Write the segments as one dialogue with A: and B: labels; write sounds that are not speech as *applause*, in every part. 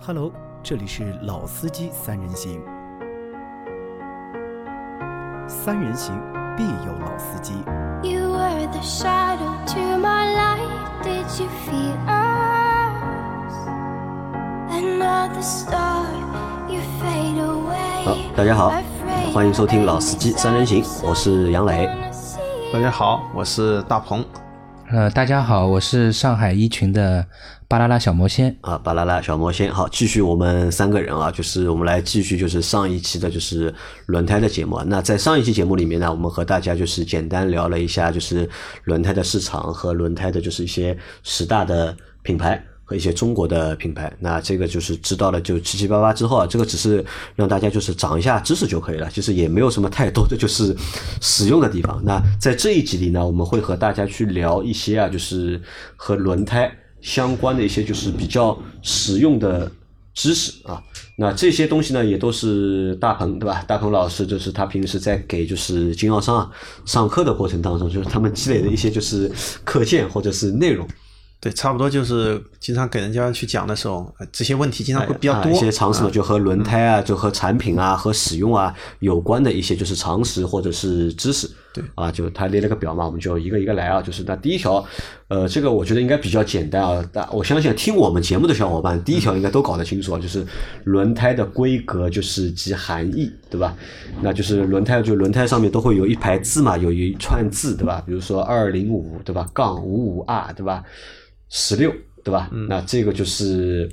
A: Hello，这里是老司机三人行。三人行必有老司机。
B: You were the shadow to my light. Did you feel us? Another star, you fade away.
C: 好，大家好，欢迎收听《老司机三人行》，我是杨磊。
D: 大家好，我是大鹏。
E: 呃，大家好，我是上海一群的巴啦啦小魔仙。
C: 啊，巴啦啦小魔仙，好，继续我们三个人啊，就是我们来继续就是上一期的就是轮胎的节目啊。那在上一期节目里面呢，我们和大家就是简单聊了一下就是轮胎的市场和轮胎的就是一些十大的品牌。和一些中国的品牌，那这个就是知道了就七七八八之后啊，这个只是让大家就是长一下知识就可以了，其实也没有什么太多的就是使用的地方。那在这一集里呢，我们会和大家去聊一些啊，就是和轮胎相关的一些就是比较实用的知识啊。那这些东西呢，也都是大鹏对吧？大鹏老师就是他平时在给就是经销商啊上课的过程当中，就是他们积累的一些就是课件或者是内容。
D: 对，差不多就是经常给人家去讲的时候，呃这些问题经常会比较
C: 啊
D: 多。
C: 一些常识嘛，
D: 啊
C: 就和轮胎啊，就和产品啊、和使用啊有关的一些就是常识或者是知识。
D: 对
C: 啊，就他列了个表嘛，我们就一个一个来啊。就是那第一条，呃，这个我觉得应该比较简单啊。大我相信听我们节目的小伙伴，第一条应该都搞得清楚啊，就是轮胎的规格就是及含义，对吧？那就是轮胎，就轮胎上面都会有一排字嘛，有一串字，对吧？比如说二零五，对吧？杠五五 R，对吧？十六，对吧？那这个就是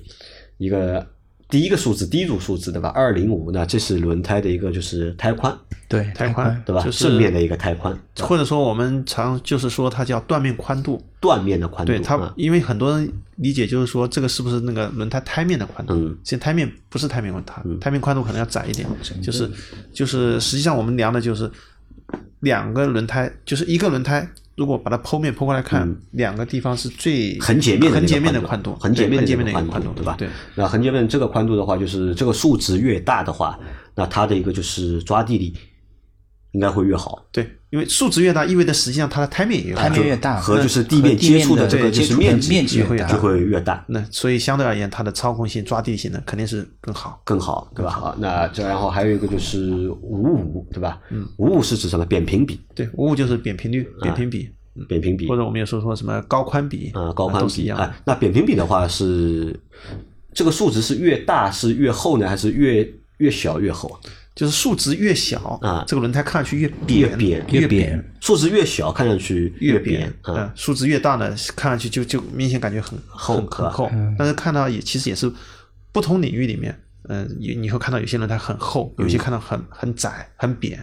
C: 一个第一个数字，第一组数字，对吧？二零五，那这是轮胎的一个就是胎宽，
E: 对，
D: 胎宽，
C: 哎对吧？
D: 就是
C: 正面的一个胎宽，对吧
D: 或者说我们常就是说它叫断面宽度。
C: 断面的宽度，
D: 对它
C: 嗯，
D: 因为很多人理解就是说这个是不是那个轮胎胎面的宽度？
C: 嗯
D: 其实胎面不是胎面宽度，
C: 嗯
D: 胎面宽度可能要窄一点，就是就是实际上我们量的就是两个轮胎，就是一个轮胎。如果把它剖面剖过来看，两个地方是最
C: 横截嗯面的那个
D: 横截面的
C: 宽度
D: 很截面
C: 横
D: 很
C: 截
D: 截
C: 面的那
D: 面的一
C: 个
D: 个
C: 宽
D: 宽
C: 度
D: 度，
C: 对吧
D: 对，
C: 那横截面这个宽度的话，就是这个数值越大的话，那它的一个就是抓地力应该会越好。
D: 对，因为数值越大，意味着实际上它的胎面也越大
E: 胎面越大，
C: 和
E: 那
C: 就是地面接触的这个就
E: 接
C: 是
E: 触
C: 面积
E: 面积越
C: 就
E: 大。
C: 会越大。
D: 那所以相对而言，它的操控性、抓地性呢，肯定是更好。
C: 更好，对吧？啊，那这然后还有一个就是五五，对吧？嗯，五五是指什么？扁平比，
D: 对，五五就是扁平率、扁平比，
C: 扁啊平比，
D: 或者我们有时候说什么高宽比
C: 啊、高宽
D: 都是一
C: 比
D: 样
C: 啊
D: 的。。
C: 那扁平比的话是这个数值是越大是越厚呢，还是越越小越厚？
D: 就是数值越小
C: 啊
D: 这个轮胎看上去越
C: 越
D: 扁
C: 扁
E: 越扁，
C: 数值越小，看上去
D: 越
C: 扁啊、
D: 嗯，数值越大呢，看上去就就明显感觉很
C: 厚
D: 很
C: 是吧
D: 很厚。但是看到也其实也是不同领域里面，嗯，你你会看到有些轮胎很厚，
C: 嗯
D: 有些看到很很窄、很扁。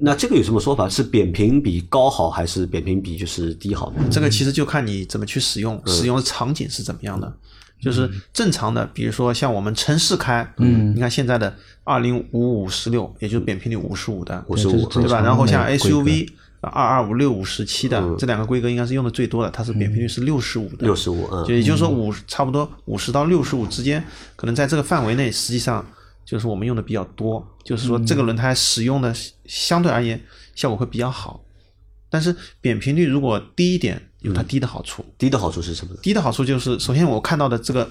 C: 那这个有什么说法？是扁平比高好，还是扁平比就是低好呢？
D: 这个其实就看你怎么去
C: 嗯
D: 使用，使用的场景是怎么样的。就是正常的，比如说像我们城市开，嗯，你看现在的二零五五十六，也就是扁平率五十五的，
C: 五十五
E: 就是
D: 对吧？
E: 正常的
D: 然后像
E: 规格
D: SUV 二二五六五十七的这两个规格应该是用的最多的，它是扁平率是六十五的，
C: 嗯六十五，嗯
D: 就，也就是说五差不多五十到六十五之间，可能在这个范围内，实际上就是我们用的比较多，就是说这个轮胎使用的相对而言效果会比较好。但是扁平率如果低一点，有它低的好处。
C: 低的好处是什么呢？
D: 低的好处就是，首先我看到的这个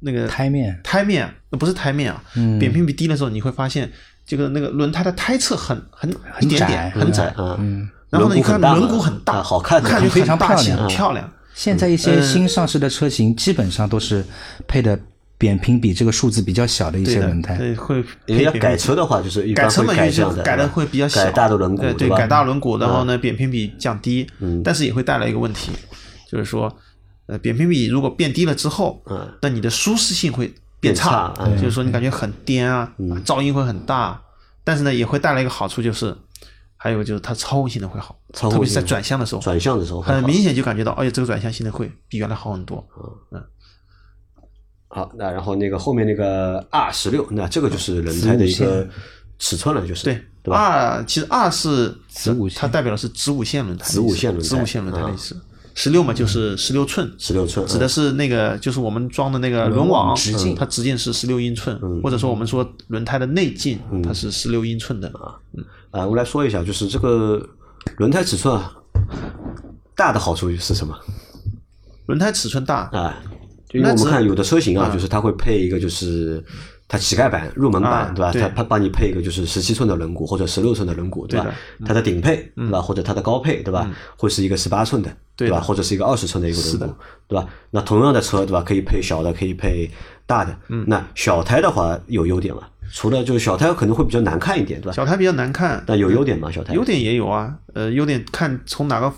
D: 那个
E: 胎面
D: 胎面，那不是胎面啊，扁平比低的时候，你会发现这个那个轮胎的胎侧很很一点点
E: 窄
D: 很窄，
C: 嗯，
D: 然后呢，
C: 轮毂
D: 你看
C: 很大
D: 轮毂很
C: 啊
D: 大，
C: 好看的
D: 看上去
E: 非常
D: 很大
E: 漂
D: 气
E: 亮
D: 很漂亮。
E: 现在一
D: 嗯呃
E: 些新上市的车型基本上都是配的扁平比这个数字比较小的一
D: 对
E: 些
D: 的
E: 轮，胎。
D: 对，会
C: 因为要
D: 配
C: 改
D: 扁平
C: 车的话，就是一
D: 改
C: 般
D: 成
C: 会
D: 本
C: 改
D: 也
C: 这
D: 就
C: 样的，
D: 改的
C: 嗯
D: 会比较小，
C: 改大的轮毂，
D: 对
C: 对
D: 对，
C: 吧？嗯
D: 改大轮毂，然后呢，扁平比降低，但是也会带来一个问题，就是说，呃，扁平比如果变低了之后，
C: 嗯
D: 那你的舒适性会变差，啊
C: 变差嗯嗯
D: 就是说你感觉很颠啊，噪音会很大，但是呢，也会带来一个好处就是，还有就是它操控性能会好，
C: 操控性
D: 特别是在转向的时候，
C: 转向的时候会
D: 很
C: 好
D: 明显就感觉到，哎呀，这个转向性能会比原来好很多，
C: 好，那然后那个后面那个 R 十六，那这个就是
D: 啊
C: 轮胎的一个尺寸了，就是
D: 对。
C: 对吧？
D: 二其实二是
E: 子午线
D: 它代表的是子午线轮胎的意思，
C: 子午线轮胎啊嗯
D: 子午线轮胎的意思。十六嘛，就是十六寸，
C: 十六寸，
D: 指的
C: 是
D: 是那个就是我们装的那个轮
E: 轮
D: 网嗯
E: 网直径
D: 它直径是十六英寸，
C: 嗯
D: 或者说我们说轮胎的内径它是十六英寸的。
C: 啊，我们来说一下，就是这个轮胎尺寸啊，大的好处是什么
D: 轮胎尺寸大，
C: 啊？就因为我们看有的车型啊，
D: 嗯
C: 就是它会配一个就是它乞丐版、入门版，
D: 啊
C: 对吧？
D: 对
C: 它它帮你配一个就是十七寸的轮毂或者十六寸的轮毂，对吧
D: 对的？嗯
C: 它的顶配，对吧？或者它的高配，对吧？会是一个十八寸的，
D: 对
C: 吧？
D: 的
C: 或者是一个二十寸的一个
D: 是
C: 轮毂
D: 的，
C: 对吧？那同样的车，对吧？可以配小的，可以配大的。
D: 嗯
C: 那小胎的话有优点了，除了就是小胎可能会比较难看一点，对吧？
D: 小胎比较难看，
C: 但有优点吗？小胎
D: 优点也有啊，呃，优点看从哪个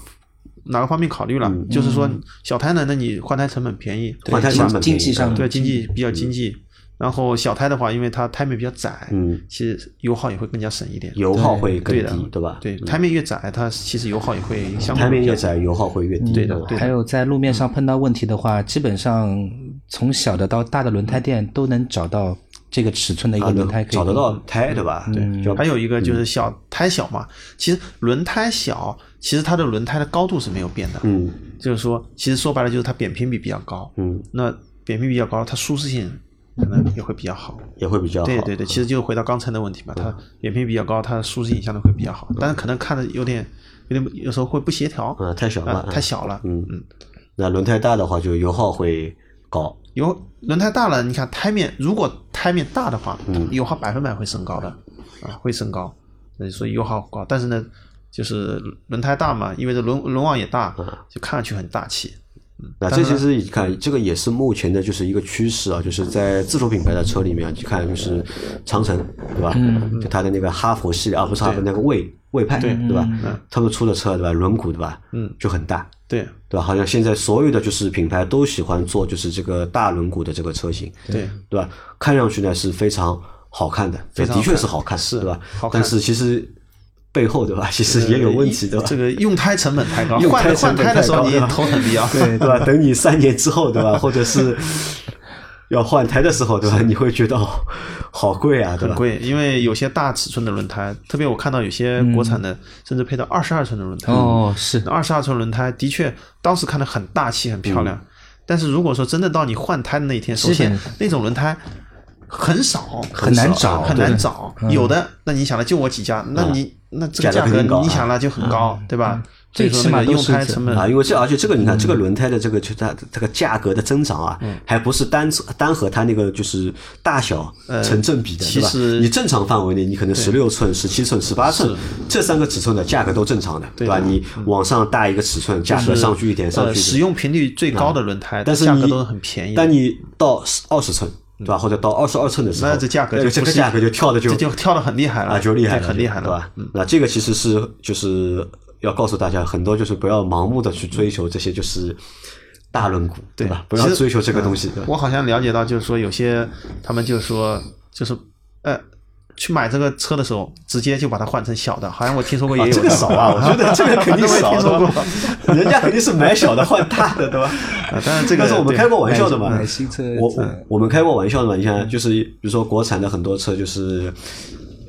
D: 哪个方面考虑了，就是说小胎呢，那你换胎成本便宜，
C: 嗯换胎成本
E: 经
C: 便宜
E: 济上
D: 对经济比较经济。然后小胎的话，因为它胎面比较窄，
C: 嗯，
D: 其实油耗也会更加省一点。
C: 油耗会更
D: 对的
C: 低，，对吧？
D: 对，胎面越窄，它其实油耗也会相
C: 嗯
D: 对
C: 胎面
D: 比较
C: 越窄，油耗会越低，
D: 对的
C: 吧
D: 对
E: 还有在路面上碰到问题的话，基本上从小的到大的轮胎店都能找到这个尺寸的一
C: 啊
E: 个轮
C: 能
E: 胎可以
C: 找得
E: 用
C: 到胎，对吧？对，就
D: 还有一个
C: 嗯
D: 就是小胎小嘛，其实轮胎小，其实它的轮胎的高度是没有变的，
C: 嗯
D: 就是说，其实说白了就是它扁平比比较高，
C: 嗯，
D: 那扁平比较高，它舒适性可能也会比较好。
C: 也会比较好。嗯
D: 对对对，其实就是回到刚才的问题嘛，它扁平比较高，它的舒适性相对会比较好，但是可能看着有点有点有时候会不协调，
C: 嗯太小了
D: 啊太小了，
C: 嗯
D: 嗯，
C: 那轮胎大的话，就油耗会高。
D: 油轮胎大了，你看胎面，如果胎面大的话，
C: 嗯
D: 油耗百分百会升高的，啊，会升高，呃所以油耗高。但是呢，就是轮胎大嘛，因为这轮轮网也大，
C: 啊
D: 就看上去很大气。
C: 那这其实你看，这个也是目前的就是一个趋势啊，就是在自主品牌的车里面啊，你看就是长城，对吧？就它的那个哈佛系列啊，不是哈佛
D: 嗯对
C: 那个魏魏派，对吧？他们出的车，对吧？轮毂，对吧？
D: 嗯，
C: 就很大，
D: 对
C: 对吧？好像现在所有的就是品牌都喜欢做就是这个大轮毂的这个车型，
D: 对，
C: 对吧？看上去呢是非常好看的，
D: 非常好
C: 的
D: 看
C: 确是好看，
D: 是
C: 对吧
D: 好？看
C: 但是其实背后对吧，其实也有问题，对吧？
D: 这个用胎成本太
C: *laughs*
D: 高，
C: 用
D: 换
C: 胎
D: 换
C: 成本
D: 胎的时候
C: 太高
D: 你
C: 了
D: 头疼啊比
C: *laughs*
D: 较。
C: 对对吧？等你三年之后对吧，或者是要换胎的时候对吧，你会觉得哦好贵啊，对
D: *laughs* 很
C: 吧？
D: 贵，因为有些大尺寸的轮胎，特别我看到有些国产
C: 嗯
D: 的，甚至配到二十二寸的轮胎。
E: 哦，是
D: 二十二寸轮胎的确当时看的很大气、很漂
C: 嗯
D: 亮，但是如果说真的到你换胎的那一天，首
E: 基本
D: 先那种轮胎很少，
E: 很难找
D: 很
E: 对
D: 难找。有的那你想了，就我几家，那你那这个
C: 嗯价格
D: 价
C: 肯
D: 格
C: 定高啊嗯
D: 你想了就很高，对吧？所以说
E: 最起码
D: 那个
E: 都
D: 用
E: 是
D: 胎
E: 这
D: 成本
C: 啊，因为这而且这个你看，这个轮胎的这个就它这个价格的增长啊，
D: 嗯
C: 还不是单单和它那个就是大小成正比的，
D: 呃其
C: 对吧？
D: 实
C: 你正常范围内，你可能十六寸、十七寸、十八寸
D: 是
C: 这三个尺寸的价格都正常的，对吧？
D: 的嗯
C: 你往上大一个尺寸，价格上去一点，上去
D: 呃
C: 一点
D: 使用频率最高的轮胎，
C: 但是
D: 价
C: 你
D: 格都很便宜。
C: 但你到二十寸，对吧？或者到二十二寸的时候，
D: 那这价格就
C: 那这
D: 不
C: 个
D: 是
C: 价格就跳的就
D: 这就跳的很厉害了
C: 啊，就厉害了，
D: 这很厉害
C: 对吧
D: 了。？嗯
C: 那这个其实是就是要告诉大家，很多就是不要盲目的去追求这些就是大轮毂，对吧？不
D: 其
C: 要
D: 实嗯
C: 追求这个东西，对吧？
D: 我好像了解到，就是说有些他们就说，就是呃，去买这个车的时候，直接就把它换成小的，好像我听说过也
C: 啊
D: 有、
C: 这个少啊，我觉
D: *laughs*
C: 得这个肯定
D: 我
C: 少，
D: 也听说
C: 对
D: 过
C: 吧。 *laughs* 人家肯定是买小的换大的，对
D: *laughs*
C: 吧？
D: 啊当然这个
C: 但是我们
D: 对
C: 开过玩笑的嘛，
E: 买新车
C: 我我我们开过玩笑的嘛，你像就是比如说国产的很多车就是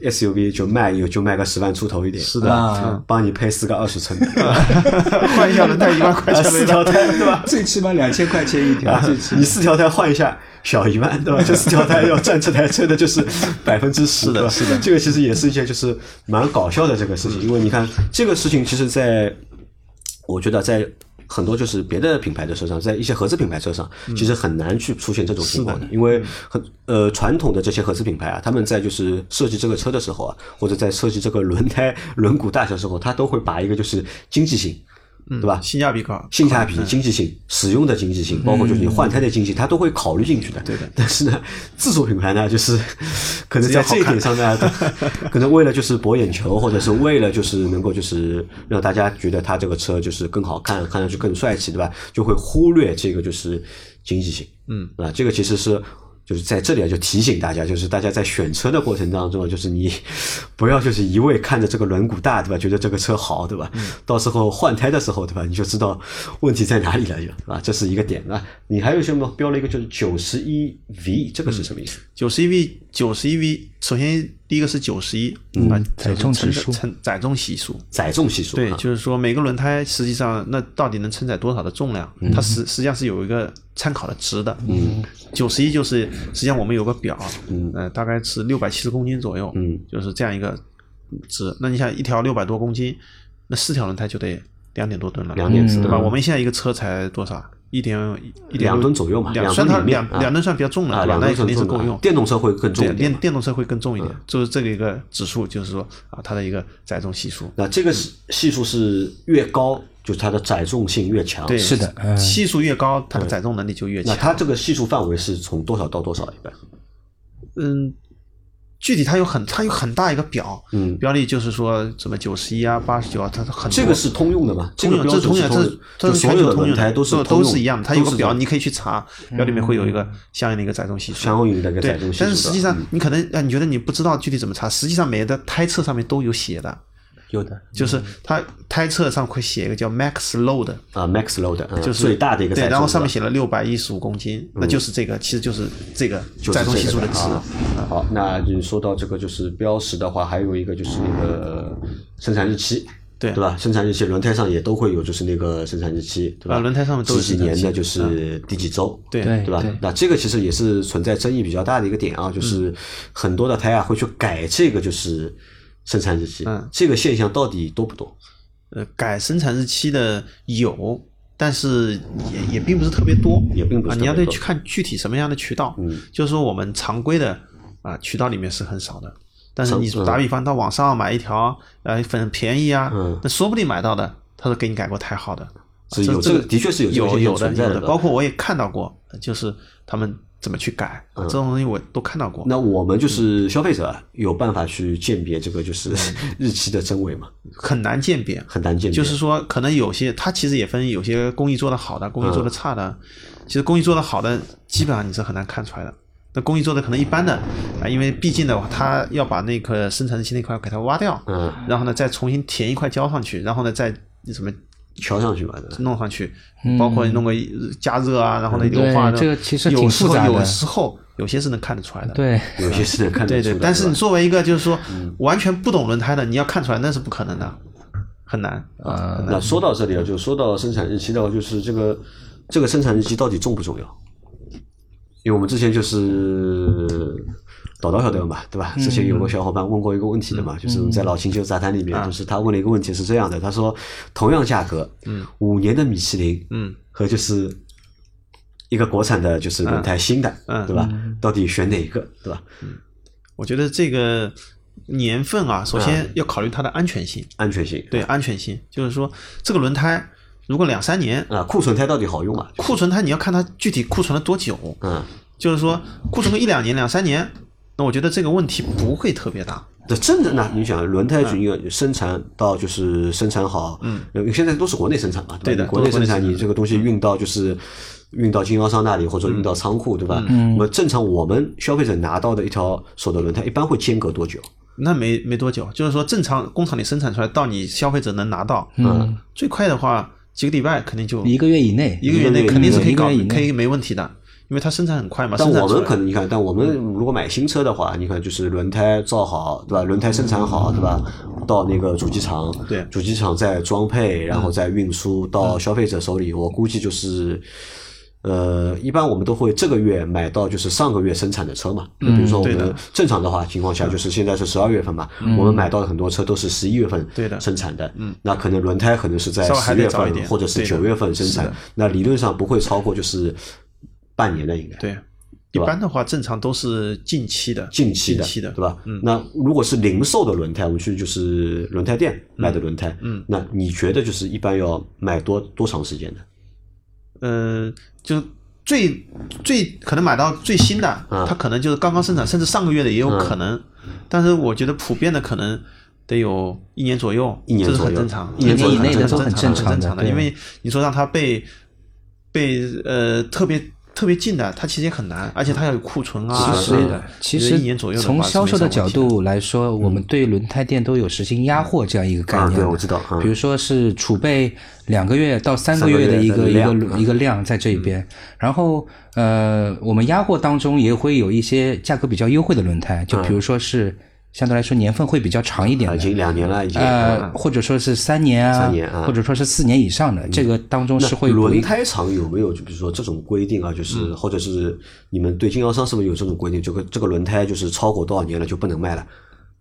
C: SUV 就卖有就卖个十万出头一点，是
E: 的啊
C: 帮你配四个二十
D: *laughs*
C: *laughs* 寸的，
D: *laughs* 换一下轮胎一万块
C: 啊 *laughs*
D: 钱
C: 四
D: *laughs*
C: 条胎对吧？
E: 最起码两千块钱一条
C: 啊，你四条胎换一下小一万 *laughs* 对吧？这四条胎要占这台车的就是百分之十的，是的，嗯这个其实也是一件就是蛮搞笑的这个事情，因为你看这个事情其实在我觉得在很多就是别的品牌的车上，在一些合资品牌车上，其实很难去出现这种情嗯况的，因为很呃传统的这些合资品牌啊，他们在就是设计这个车的时候啊，或者在设计这个轮胎轮毂大小的时候，它都会把一个就是经济性，对吧？
D: 性价比高，
C: 啊性价比、经济性、使用的经济性，包括就是你换胎的经济性，它都会考虑进去的。嗯对的。但是呢，自主品牌呢，就是可能在这一点上呢， *laughs* 可能为了就是博眼球，或者是为了就是能够就是让大家觉得它这个车就是更好看，看上去更帅气，对吧？就会忽略这个就是经济性。嗯，啊，这个其实是。就是在这里啊，就提醒大家，就是大家在选车的过程当中啊，就是你 *laughs* 不要就是一味看着这个轮毂大，对吧？觉得这个车好，对吧？
D: 嗯
C: 到时候换胎的时候，对吧？你就知道问题在哪里了，就啊，这是一个点啊。你还有什么标了一个就是九十一 V，这个
D: 嗯
C: 是什么意思？
D: 九十一 V 九十一 V，首先第一个是九十一，
C: 嗯
D: 啊，
E: 载重指数
D: 承载重系数，
C: 载重系数
D: 对，
C: 啊，
D: 就是说每个轮胎实际上那到底能承载多少的重量，
C: 嗯
D: 它实实际上是有一个参考的值的。嗯，九十一就是实际上我们有个表，嗯，呃，大概是六百七十公斤左右，
C: 嗯，
D: 就是这样一个值。那你想一条六百多公斤，那四条轮胎就得两点多吨了，
C: 两点四
D: 对吧？
C: 吨
D: 我们现在一个车才多少？一点一点
C: 两吨左右嘛，
D: 两
C: 吨
D: 算它
C: 里面
D: 两两吨算比较重了
C: 啊，
D: 是吧
C: 两
D: 那
C: 吨
D: 肯
C: 算
D: 定是
C: 重的
D: 够
C: 啊
D: 用。
C: 电动车会更重
D: 对
C: 一点啊嗯
D: 电
C: 嘛。
D: 电动车会更重一点，就是这个一个指数，就是说啊，它的一个载重系数。
C: 那这个是系数是越高，就是它的载重性越强。
D: 对，
E: 是的嗯
D: 系数越高，它的载重能力就越
C: 那
D: 强。
C: 它这个系数范围是从多少到多少一般？
D: 嗯，具体它有很它有很大一个表，
C: 嗯
D: 表里就是说什么九十一啊、八十九啊，它很多
C: 这个是通用的吗？这个
D: 通用，
C: 标
D: 这
C: 准
D: 是
C: 通
D: 通用，这
C: 用啊
D: 是，这
C: 就是所
D: 全
C: 有
D: 球
C: 的轮
D: 用
C: 胎
D: 的，
C: 都
D: 都
C: 是通
D: 都
C: 用
D: 是一样的，它有
C: 都
D: 个
C: 是
D: 表，
C: 这
D: 你可以去查，表里面会有一个相应的一个载重系数。
C: 相应的一个载
D: 对
C: 重系，数的。嗯
D: 但是实际上你可能啊，你觉得你不知道具体怎么查，实际上每个胎侧上面都有写的，
C: 有的
D: 就是它胎侧上会写一个叫 max load，
C: 啊，max load 啊
D: 就是
C: 最大的一个载
D: 对，
C: 重，
D: 然后上面
C: 是吧
D: 写了六百一十五公斤，那就是这个，其实就是这个
C: 就是
D: 载重系
C: 这
D: 数
C: 个
D: 的值。嗯
C: 啊好，那就是说到这个就是标识的话，还有一个就是那个生产日期。
D: 对
C: 对吧？生产日期，轮胎上也都会有，就是那个生产日期，对吧？
D: 啊轮胎上面都有
C: 几几年的，
D: 生产日期嗯
C: 就是第几周，
D: 对
E: 对
C: 对吧？那这个其实也是存在争议比较大的一个点啊，
D: 嗯
C: 就是很多的胎啊会去改这个就是生产日期，
D: 嗯
C: 这个现象到底多不多？
D: 呃，改生产日期的有，但是也也并不是特别多，
C: 也并不是
D: 啊，
C: 特别多
D: 你要对去看具体什么样的渠道，
C: 嗯，
D: 就是说我们常规的啊渠道里面是很少的，但是
C: 常
D: 你
C: 嗯
D: 打比方到网上买一条，呃，很便宜啊，
C: 嗯
D: 那说不定买到的他都给你改过胎号的，啊
C: 是有
D: 这
C: 这个的确是有这个
D: 有
C: 现象
D: 有的
C: 存在的
D: 有
C: 对吧
D: 包括我也看到过，就是他们怎么去改，啊这种东西我都看到过。
C: 嗯那我们
D: 嗯
C: 就是消费者啊有办法去鉴别这个就是 *laughs* 日期的真伪吗？
D: 很难鉴别，
C: 很难鉴别，
D: 嗯就是说，可能有些它其实也分有些工艺做得好的，工艺
E: 嗯
D: 做得差的。其实工艺做得好的，基本上你是很难看出来的。那工艺做的可能一般的啊，因为毕竟的话，它要把那个生产日期那块给它挖掉，
C: 嗯，
D: 然后呢再重新填一块胶上去，然后呢再什么
C: 敲上去嘛，对吧
D: 弄上去，包括弄个加热啊，然后呢硫化
E: 嗯对
D: 的。
E: 这个其实挺
D: 有时
E: 复
D: 候
E: 杂的
D: 有时候有些是能看得出来的。
E: 对，
C: *laughs* 有些是能看得
D: 对
C: 出
D: 对
C: 的，，
D: 但是你
C: 吧
D: 作为一个就是说
E: 嗯
D: 完全不懂轮胎的，你要看出来那是不可能的，很难。
E: 呃，
C: 那说到这里啊，就说到生产日期的话，就是这个这个生产日期到底重不重要？因为我们之前就是导导晓得嘛，对
D: 嗯
C: 吧？之前有个小伙伴问过一个问题的嘛，就是在老秦球杂谈里
D: 嗯
C: 面，就是他问了一个问题是这样的，他说同样价格，嗯，五年的米其林，
D: 嗯，
C: 和就是一个国产的，就是轮胎新的，
D: 嗯
C: 对吧？到底选哪一个，对吧？
D: 我觉得这个年份啊，首先要考虑它的安全性。
C: 安全性，
D: 对，安全性就是说，这个轮胎如果两三年
C: 啊，库存胎到底好用啊？
D: 库存它，你要看它具体库存了多久。
C: 嗯，
D: 就是说，库存个一两年、两三年，那我觉得这个问题不会特别大。
C: 这真的那你想轮胎就要生产到就是生产好，嗯，现在都是国内生产嘛，
D: 对
C: 吧
D: 的
C: 你国内生
D: 都是国内生
C: 产嗯
D: 产
C: 你这个东西运到就是。运到经销商那里或者运到仓库，对吧？那么正常我们消费者拿到的一条手的轮胎，一般会间隔多久？
D: 那没没多久，就是说正常工厂里生产出来，到你消费者能拿到，
E: 嗯，
D: 最快的话几个礼拜肯定就
E: 一个月以内，
D: 一个月内肯定是可以搞
E: 一个月以，内
D: 可以没问题的，因为它生产很快嘛。
C: 但
D: 生产
C: 我
D: 出
C: 们
D: 来嗯
C: 可能你看，但我们如果买新车的话，你看就是轮胎造好，对吧？轮胎生产好，对吧？到那个主机厂，
D: 嗯对嗯
C: 主机厂再装配，然后再运输到消费者手里。我估计就是，呃，一般我们都会这个月买到就是上个月生产的车嘛。嗯，比如说我
D: 对
C: 们
D: 的嗯
C: 正常的话情况下，就是现在是十二月份嘛，我们买到的很多车都是十一月份
D: 对的
C: 生产的。嗯，那可能轮胎可能是在
D: 稍微还
C: 十
D: 得
C: 月
D: 早一
C: 份
D: 点
C: 或者是
D: 对的
C: 九月份生
D: 是
C: 产
D: 的，
C: 那理论上不会超过就是半年的应该。
D: 对，一
C: 对吧
D: 般的话正常都是近期的，
C: 近期的，
D: 近期的嗯
C: 对吧？那如果是零售的轮胎，我们去就是轮胎店买的轮胎，
D: 嗯，
C: 那你觉得就是一般要买多多长时间的？
D: 呃，就最最可能买到最新的，
C: 嗯
D: 它可能就是刚刚生产，甚至上个月的也有
C: 嗯
D: 可能。但是我觉得普遍的可能得有一年左右，
C: 一年
D: 这是
C: 左
D: 很
C: 右
D: 正常，
C: 一年左右
D: 很
C: 一年以内的
D: 正
C: 都
E: 很
D: 常
E: 正
D: 很正
E: 常的
D: 的。因
E: 对
D: 为你说让它被被呃特别特别近的，它其实也很难，而且它要有库存啊
E: 其
D: 之类
E: 实
D: 的。
E: 其
D: 我觉得一年
E: 实
D: 左右的话
E: 从
D: 是
E: 销
D: 没
E: 售
D: 啥
E: 的
D: 问
E: 角
D: 题
E: 度来说，我们对轮胎店都有实行压货这样一个概
C: 嗯啊
E: 念
C: 对
E: 的。
C: 我知道嗯
E: 比如说是储备两个月到三个月的一
C: 三个
E: 个一
C: 月的
E: 个
C: 量嗯
E: 一个量在这边，然后呃，我们压货当中也会有一些价格比较优惠的轮胎，就比如说是相对来说年份会比较长一点
C: 嗯啊，已
E: 的。
C: 经两年了，已经。
E: 呃，
C: 嗯
E: 或者说是三年啊，
C: 三年啊嗯
E: 或者说是四年以上的，这个当中是
C: 那
E: 会嗯有
C: 轮胎厂有没有就比如说这种规定啊？就是或者是你们对经销商是不是有这种规定？这个这个轮胎就是超过多少年了就不能卖了？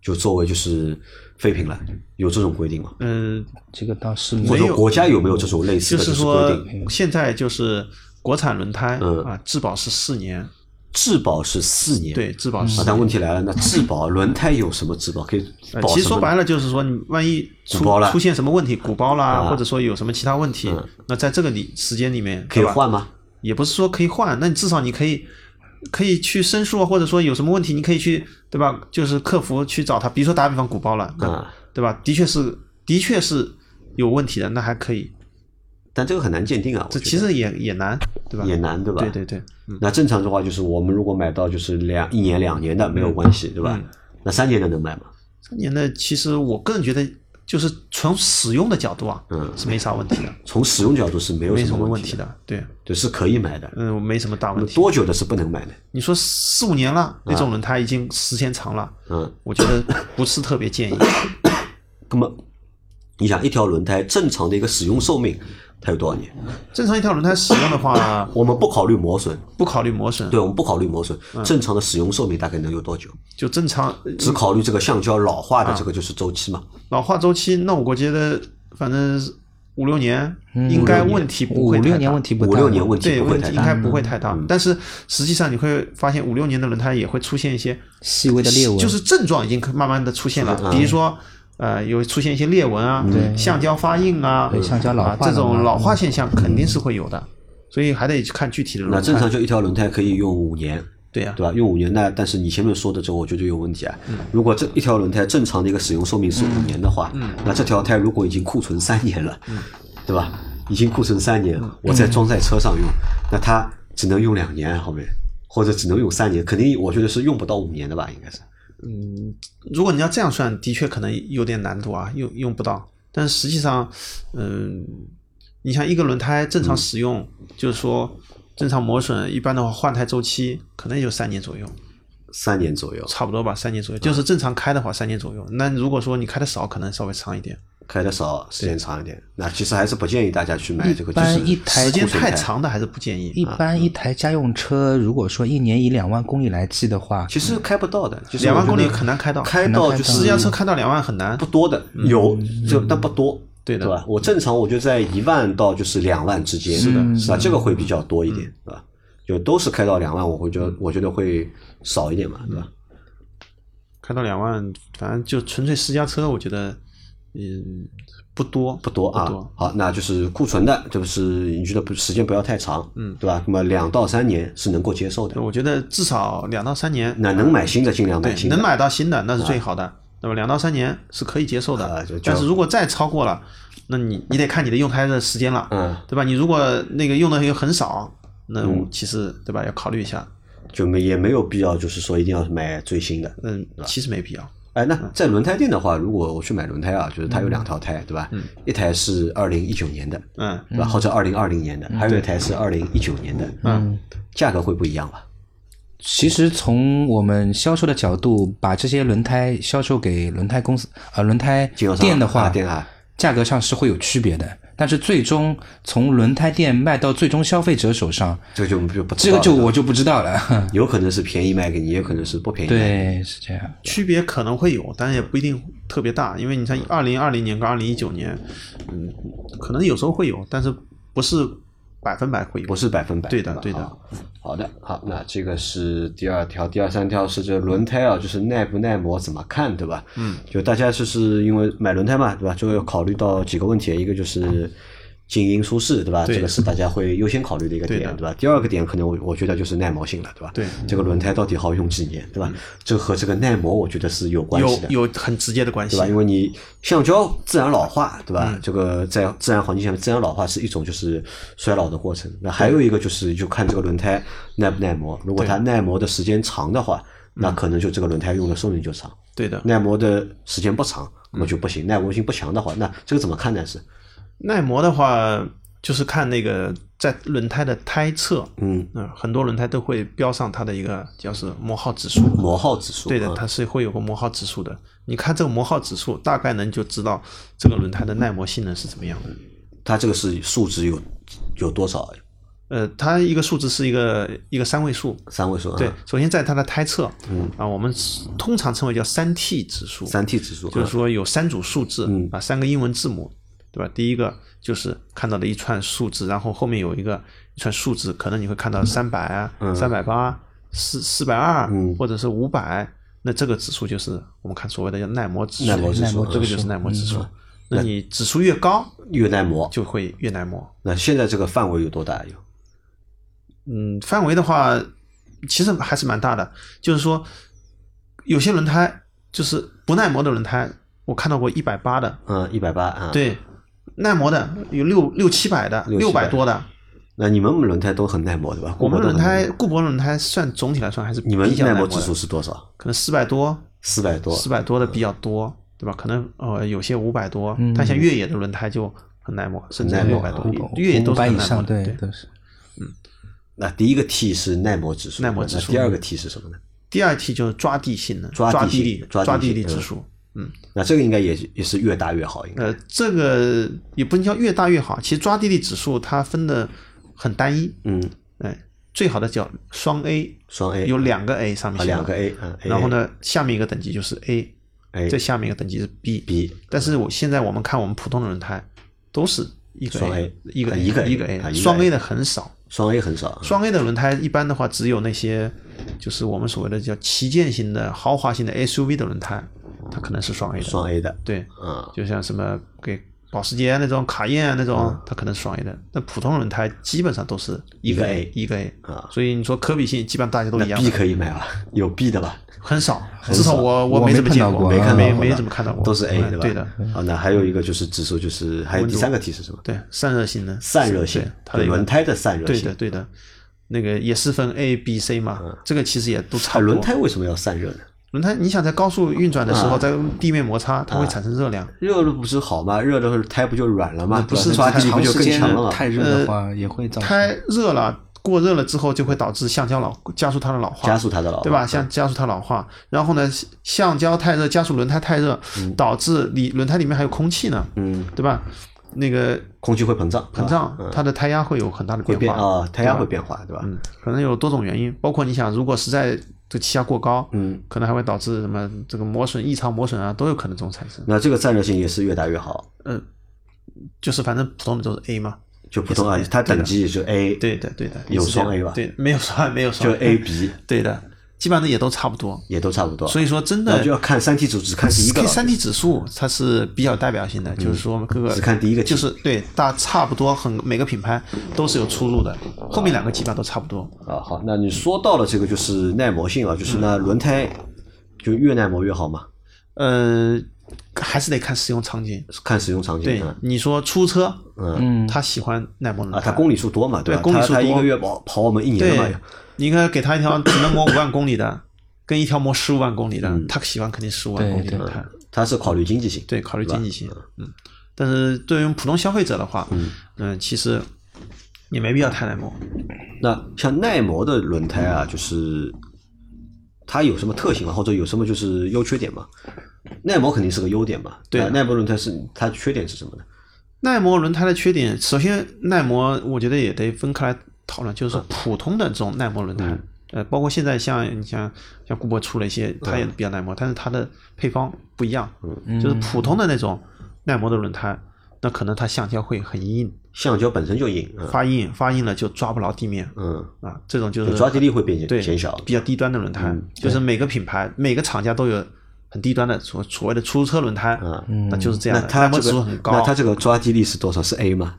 C: 就作为就是废品了，有这种规定吗？
D: 嗯，
E: 这个倒是没
C: 或
E: 有
C: 者说国家有没有这种类似
D: 就
C: 的
D: 是
C: 是
D: 说
C: 规定？
D: 现在就是国产轮胎
C: 嗯
D: 啊，质保是四年，
C: 质保是四年，
D: 对，质
E: 嗯
D: 保是
C: 啊，
D: 四
C: 但
D: 年。
C: 问题来了，那质保轮胎有什么质保？可以
D: 呃
C: 保
D: 其实
C: 什
D: 说
C: 么
D: 白
C: 呢，
D: 了就是说，你万一出
C: 鼓包了
D: 出现什么问题，鼓包啦，
C: 啊嗯
D: 或者说有什么其他问题，那在这个里时间里面
C: 可以
D: 对吧
C: 换吗？
D: 也不是说可以换，那你至少你可以可以去申诉啊，或者说有什么问题，你可以去对吧？就是客服去找他，比如说打比方鼓包了，那
C: 啊，
D: 对吧？的确是的确是有问题的，那还可以，
C: 但这个很难鉴定啊，我
D: 这
C: 觉
D: 其
C: 得
D: 实也也难，对吧？
C: 也难，对吧？
D: 对嗯对对，
C: 那正常的话，就是我们如果买到就是两一年两年的没有
D: 嗯
C: 关系，对吧？那三年的能买吗？
D: 三年的其实我个人觉得，就是从使用的角度啊，
C: 嗯
D: 是没啥问题的，
C: 从使用角度是没有
D: 没什
C: 么
D: 么问
C: 题
D: 题
C: 的，
D: 的，对，
C: 对，是可以买的。
D: 嗯，没什么大
C: 那
D: 问
C: 么
D: 题。
C: 多久的是不能买的？
D: 你说四五年了，那种轮胎已经时间长了，
C: 嗯，
D: 我觉得不是特别建议。
C: 那么你想一条轮胎正常的一个使用寿命它有多少年？
D: 正常一条轮胎使用的话，
C: 我们不考虑磨损，
D: 不考虑磨损，
C: 对，我们不考虑磨损，
D: 嗯
C: 正常的使用寿命大概能有多久？
D: 就正常
C: 只考虑这个橡胶老化
D: 嗯
C: 的这个就是周期嘛，
D: 老化周期。那我觉得反正五六年应该问题不
E: 五
D: 会太
E: 六
D: 大。
E: 年问题不大，
C: 五六年问题
D: 对
C: 不会
D: 问
C: 太
D: 题应
C: 大。
D: 该不会太大，但是实际上你会发现五六年的轮胎也会出现一些
E: 细微的裂纹
D: 就是症状已经慢慢的出现
E: 啊
D: 了，比如说。呃，有出现一些裂纹啊，橡胶发硬啊，
E: 对橡胶老化
D: 啊，这
E: 了嘛嗯
D: 种老化现象肯定是会有的，所以还得去看具体的
C: 那
D: 轮
C: 正常
D: 胎。
C: 就一条轮胎可以用五年，
D: 对啊呀、
C: 对吧？用五年那，但是你前面说的这个，我觉得有问题啊。
D: 嗯
C: 如果这一条轮胎正常的一个使用寿命是五年的话，
D: 嗯
C: 那这条胎如果已经库存三年了，对吧？已经库存三年，
D: 嗯
C: 我再装在车上用，那它只能用两年啊后面，或者只能用三年，肯定我觉得是用不到五年的吧，应该是。
D: 如果你要这样算，的确可能有点难度啊，用用不到。但实际上，嗯、你像一个轮胎正
E: 嗯
D: 常使用，就是说正常磨损，一般的话换胎周期可能也就三年左右，
C: 三年左右，
D: 差不多吧，三年左右。就是正常开的话，三年左右。那如果说你开的少，可能稍微长一点，
C: 开的少，时间长一点。那其实还是不建议大家去买
E: 一
C: 这个，就
E: 般
C: 是
E: 一台
D: 时间
C: 库存
D: 太长的还是不建议。啊
C: 啊
E: 一
C: 嗯
E: 般一台家用车，如果说一年以两万公里来计的话，
C: 其实开不到的，就是
D: 两万
C: 我觉
D: 公里
C: 得
D: 很难开到，
C: 开到
E: 很难开
C: 就
E: 到
C: 是
D: 私家车开到两万很难
C: 不。多的，有就但不多，
D: 嗯对的
C: 吧？我正常我就在一万到就是两万之间，是的，是吧？这个会比较多一点，
D: 嗯
C: 对吧？就都是开到两万，我会觉得我觉得会少一点嘛，对吧？
D: 嗯开到两万，反正就纯粹私家车，我觉得，嗯，不多，
C: 不多啊
D: 不多，
C: 好，那就是库存的，就是你觉得不时间不要太长，嗯，对吧？那么两到三年是能够接受的，
D: 我觉得至少两到三年，
C: 那能买新的尽量买
D: 对，
C: 新的，
D: 能买到新的那是最好的，那么两到三年是可以接受
C: 啊
D: 的
C: 就。就
D: 但是如果再超过了，那你你得看你的用胎的时间了，
C: 嗯，
D: 对吧？你如果那个用的又很少，那我其实对吧要考虑一下，
C: 就没也没有必要就是说一定要买最新的，
D: 嗯，其实没必要。
C: 哎，
E: 嗯
C: 那在轮胎店的话，如果我去买轮胎啊，就是它有两条胎，对吧？
E: 嗯
C: 一台是二零一九年的，
D: 嗯，
C: 对吧？或者二零二零年的，
E: 嗯
C: 还有一台是二零一九年的，嗯，价格会不一样吧？
E: 其实从我们销售的角度，把这些轮胎销售给轮胎公司呃轮胎
C: 经销商
E: 店的话，
C: 啊店啊，
E: 价格上是会有区别的。但是最终从轮胎店卖到最终消费者手上，
C: 这个就就不知
E: 这
C: 道
E: 个
C: 了
E: 就我就不知道
C: *laughs*
E: 了。
C: 有可能是便宜卖给你，也可能是不便宜卖给你。
E: 对，是这样。
D: 区别可能会有，但是也不一定特别大，因为你像二零二零年跟二零一九年，嗯，可能有时候会有，但是不是百分百会有
C: 不。是百分百。
D: 对的
C: 吧
D: 对的
C: 啊好的，好，那这个是第二条，第二三条是这轮胎啊，就是耐不耐磨，怎么看，对吧？嗯，就大家就是因为买轮胎嘛，对吧？就要考虑到几个问题，一个就是。静音舒适，对吧？
D: 对
C: 这个是大家会优先考虑的一个
D: 对
C: 点，
D: 的
C: 对吧？第二个点可能我我觉得就是耐磨性了，对吧？
D: 对，
C: 这个轮胎到底好用几年，对吧？这和这个耐磨我觉得是有关系的，
D: 有有很直接的关系
C: 对吧？，因为你橡胶自然老化，对
D: 嗯
C: 吧？这个在自然环境下面，自然老化是一种就是衰老的过程。那还有一个就是就看这个轮胎耐不耐磨，如果它耐磨的时间长的话，那
D: 嗯
C: 可能就这个轮胎用的寿命就长；
D: 对的。
C: 耐磨的时间不长，那
D: 嗯
C: 么就不行。耐磨性不强的话，那这个怎么看呢？是
D: 耐磨的话，就是看那个在轮胎的胎侧，
C: 嗯，
D: 嗯、很多轮胎都会标上它的一个叫是磨耗指数。
C: 磨耗指数，
D: 对的，
C: 嗯
D: 它是会有个磨耗指数的。你看这个磨耗指数，大概能就知道这个轮胎的耐磨性能是怎么样的。
C: 它这个是数值有有多少？
D: 呃，它一个数字是一个一个三位数，
C: 三位数啊，
D: 对，首先在它的胎侧，啊，我们通常称为叫三 T 指数，
C: 嗯三 T 指数，
D: 就是
C: 啊
D: 说有三组数字，
C: 嗯
D: 啊，三个英文字母，对吧？第一个就是看到的一串数字，然后后面有一个一串数字，可能你会看
C: 嗯
D: 到三百啊、三百八、四四百二，
C: 嗯
D: 或者是五百，那这个指数就是我们看所谓的叫耐磨指数，
C: 耐磨指数嗯
D: 这个就是耐磨指数。那你指数越高，
C: 越耐磨。
D: 就会越耐磨。
C: 那现在这个范围有多大？有
D: 嗯，范围的话，其实还是蛮大的。就是说，有些轮胎就是不耐磨的轮胎，我看到过一百八的，
C: 嗯，一百八啊。，
D: 对，耐磨的有六六七百的，
C: 六
D: 六
C: 七百
D: 百多的。
C: 那你们轮胎都很耐磨对吧？
D: 我们
C: 固
D: 轮
C: 铬都很耐
D: 胎
C: 磨，
D: 固铬轮胎算总体来说还是
C: 你们
D: 比较耐
C: 磨
D: 磨
C: 指数
D: 的，
C: 是多少？
D: 可能四百多，
C: 四百多。嗯
D: 四百多的比较多，对吧？可能呃有些五百多，
E: 嗯
D: 但像越野的轮胎就很耐磨，甚至
C: 耐磨
D: 六百多
C: 嗯，
D: 越野
E: 五
D: 都是
E: 百
D: 很
E: 以
D: 耐磨
E: 上，
D: 的。
E: 对，
D: 对。
E: 都是
C: 那第一个 T 是耐磨指数，
D: 耐磨指数
C: 那第二个 T 是什么呢？
D: 第二题就是抓地性能，
C: 抓地
D: 抓地
C: 性
D: 力，
C: 抓地
D: 抓地
C: 性
D: 力指
C: 嗯
D: 数。
C: 那这个应该也也是越大越好，应该。
D: 呃，这个也不能叫越大越好，其实抓地力指数它分的很单一，
C: 嗯，
D: 哎，最好的叫双 A，
C: 双 A
D: 有两个 A 上面
C: 哎啊
D: 写的
C: 两个 A，嗯，A
D: 然后呢，下面一个等级就是 A，
C: ？A
D: 这下面一个等级是 B。
C: B
D: 但是我现在我们看我们普通的轮胎都是一个
C: 双
D: A，
C: A
D: 一个
C: 啊一个 A，
D: 一个
C: 啊一
D: A，
C: 个
D: 双
C: A 嗯
D: A 的很少。
C: 双 A 很少，啊
D: 双 A 的轮胎一般的话，只有那些就是我们所谓的叫旗舰型的、豪华型的 SUV 的轮胎，它可能是双 A 的。
C: 双 A 的，
D: 对，
C: 嗯，
D: 就像什么给保时捷那种、卡宴啊那
C: 嗯
D: 种，它可能是双 A 的。那普通轮胎基本上都是一个
C: 一个
D: A，
C: A
D: 一个 A
C: 啊
D: 所以你说可比性，基本上大家都
C: 那
D: 一样
C: B
D: 的，
C: 可以买吧？有 B 的吧？
D: 很少，至少我
E: 我
D: 没
E: 没
D: 怎么
E: 碰
D: 见
E: 到过
D: 没
E: 没看到
D: 没
E: 过
D: 怎么看到过，
C: 都是 A
D: 嗯
C: 对吧？
D: 对的，
C: 啊，那还有一个就是指数，就是还有第三个 T 是什么？
D: 对，散热性能，
C: 散热性
D: 对，它的
C: 就
D: 一个
C: 轮，胎的散热
D: 对
C: 性
D: 的。对的，那个也是分 A、B、C 嘛，这个其实也都差
C: 嗯啊，
D: 不多。
C: 轮胎为什么要散热呢？
D: 轮胎，你想在高速运转的时候，
C: 啊
D: 在地面摩擦，它会产生热量。
C: 热了不是好吗？热了胎不就软了吗？
D: 不是
C: 对吧抓地力不
E: 长
C: 就
E: 时
C: 更
E: 间
C: 强了吗？
E: 太热的话也会造成
D: 胎热了，过热了之后就会导致橡胶老加速它的老化，
C: 加速它的老化
D: 对吧？像加速它老化，然后呢，橡胶太热加速轮胎太热，导致里轮胎里面还有空气呢，
C: 嗯，
D: 对吧？那个
C: 空气会膨胀，
D: 膨胀
C: 是吧，嗯
D: 它的胎压会有很大的
C: 会变
D: 变化
C: 啊，胎压会
D: 对吧
C: 变化，对吧？
D: 嗯，可能有多种原因，包括你想，如果实在这气压过高，
C: 嗯，
D: 可能还会导致什么这个磨损、异常磨损啊，都有可能这种产生。
C: 那这个散热性也是越大越好，
D: 嗯、就是反正普通的都是 A 嘛，
C: 就普通啊，它等级也就 A，
D: 对的，对的，
C: 有
D: 是这样
C: 双 A 吧
D: 对，没有双 A，没有
C: 就
D: 双
C: A、B
D: *laughs* 对的，基本上也都差不多。
C: 也都差不多。
D: 所以说，真
C: 那
D: 的
C: 就要看三 T 组，只看第一个了。嗯
D: 三 D 指数它是比较有代表性的，就是说各个
C: 只看第一个
D: 就是对大差不多很每个品牌都是有出入的，后面两个基本上都差不多。
C: 啊，好，那你说到了这个就是耐磨性
D: 嗯
C: 啊，就是那轮胎就越耐磨越好嘛，
D: 呃，还是得看使用场景。
C: 看使用场景
D: 对，
C: 啊，
D: 你说出租车，
E: 嗯
D: 他喜欢耐磨
C: 啊，
D: 轮胎，
C: 它公里数多嘛，
D: 对
C: 吧？
D: 公里数
C: 它它一
D: 多
C: 个月跑跑我们一年嘛
D: 对，，你应该给他一条只能磨五万公里的，跟一条磨十五万公里的，
C: 嗯
D: 他喜欢肯定十五万
E: 对
D: 公里的
E: 对
D: 轮胎。
C: 它是考虑经济性，
D: 对，考虑
C: 嗯是吧
D: 经济性，嗯。但是对于普通消费者的话，嗯，其实也没必要太耐磨。
C: 那像耐磨的轮胎啊，就是它有什么特性啊，或者有什么就是优缺点嘛？耐磨肯定是个优点嘛，
D: 对
C: 那耐磨轮胎是它缺点是什么呢？
D: 耐磨轮胎的缺点，首先耐磨，我觉得也得分开来讨论，就
C: 嗯
D: 是说普通的这种耐磨轮胎，呃，包括现在像你像像顾博出了一
C: 嗯
D: 些，它也比较耐磨，但是它的配方不一样，嗯，就是普通的那种耐磨的轮胎，那可能它橡胶会很硬，
C: 橡胶本身就硬，嗯
D: 发硬发硬了就抓不牢地面，
C: 嗯，
D: 啊，这种就
C: 就是抓地力会变
D: 对
C: 减小，嗯
D: 比较低端的轮胎，就是每个品牌每个厂家都有很低端的所所谓的出租车轮胎，那就是这样
C: 嗯那
D: 的，
C: 它
D: 耐磨
C: 这
D: 指数
C: 个
D: 很高，嗯
C: 那它这个抓地力是多少？是 A 吗？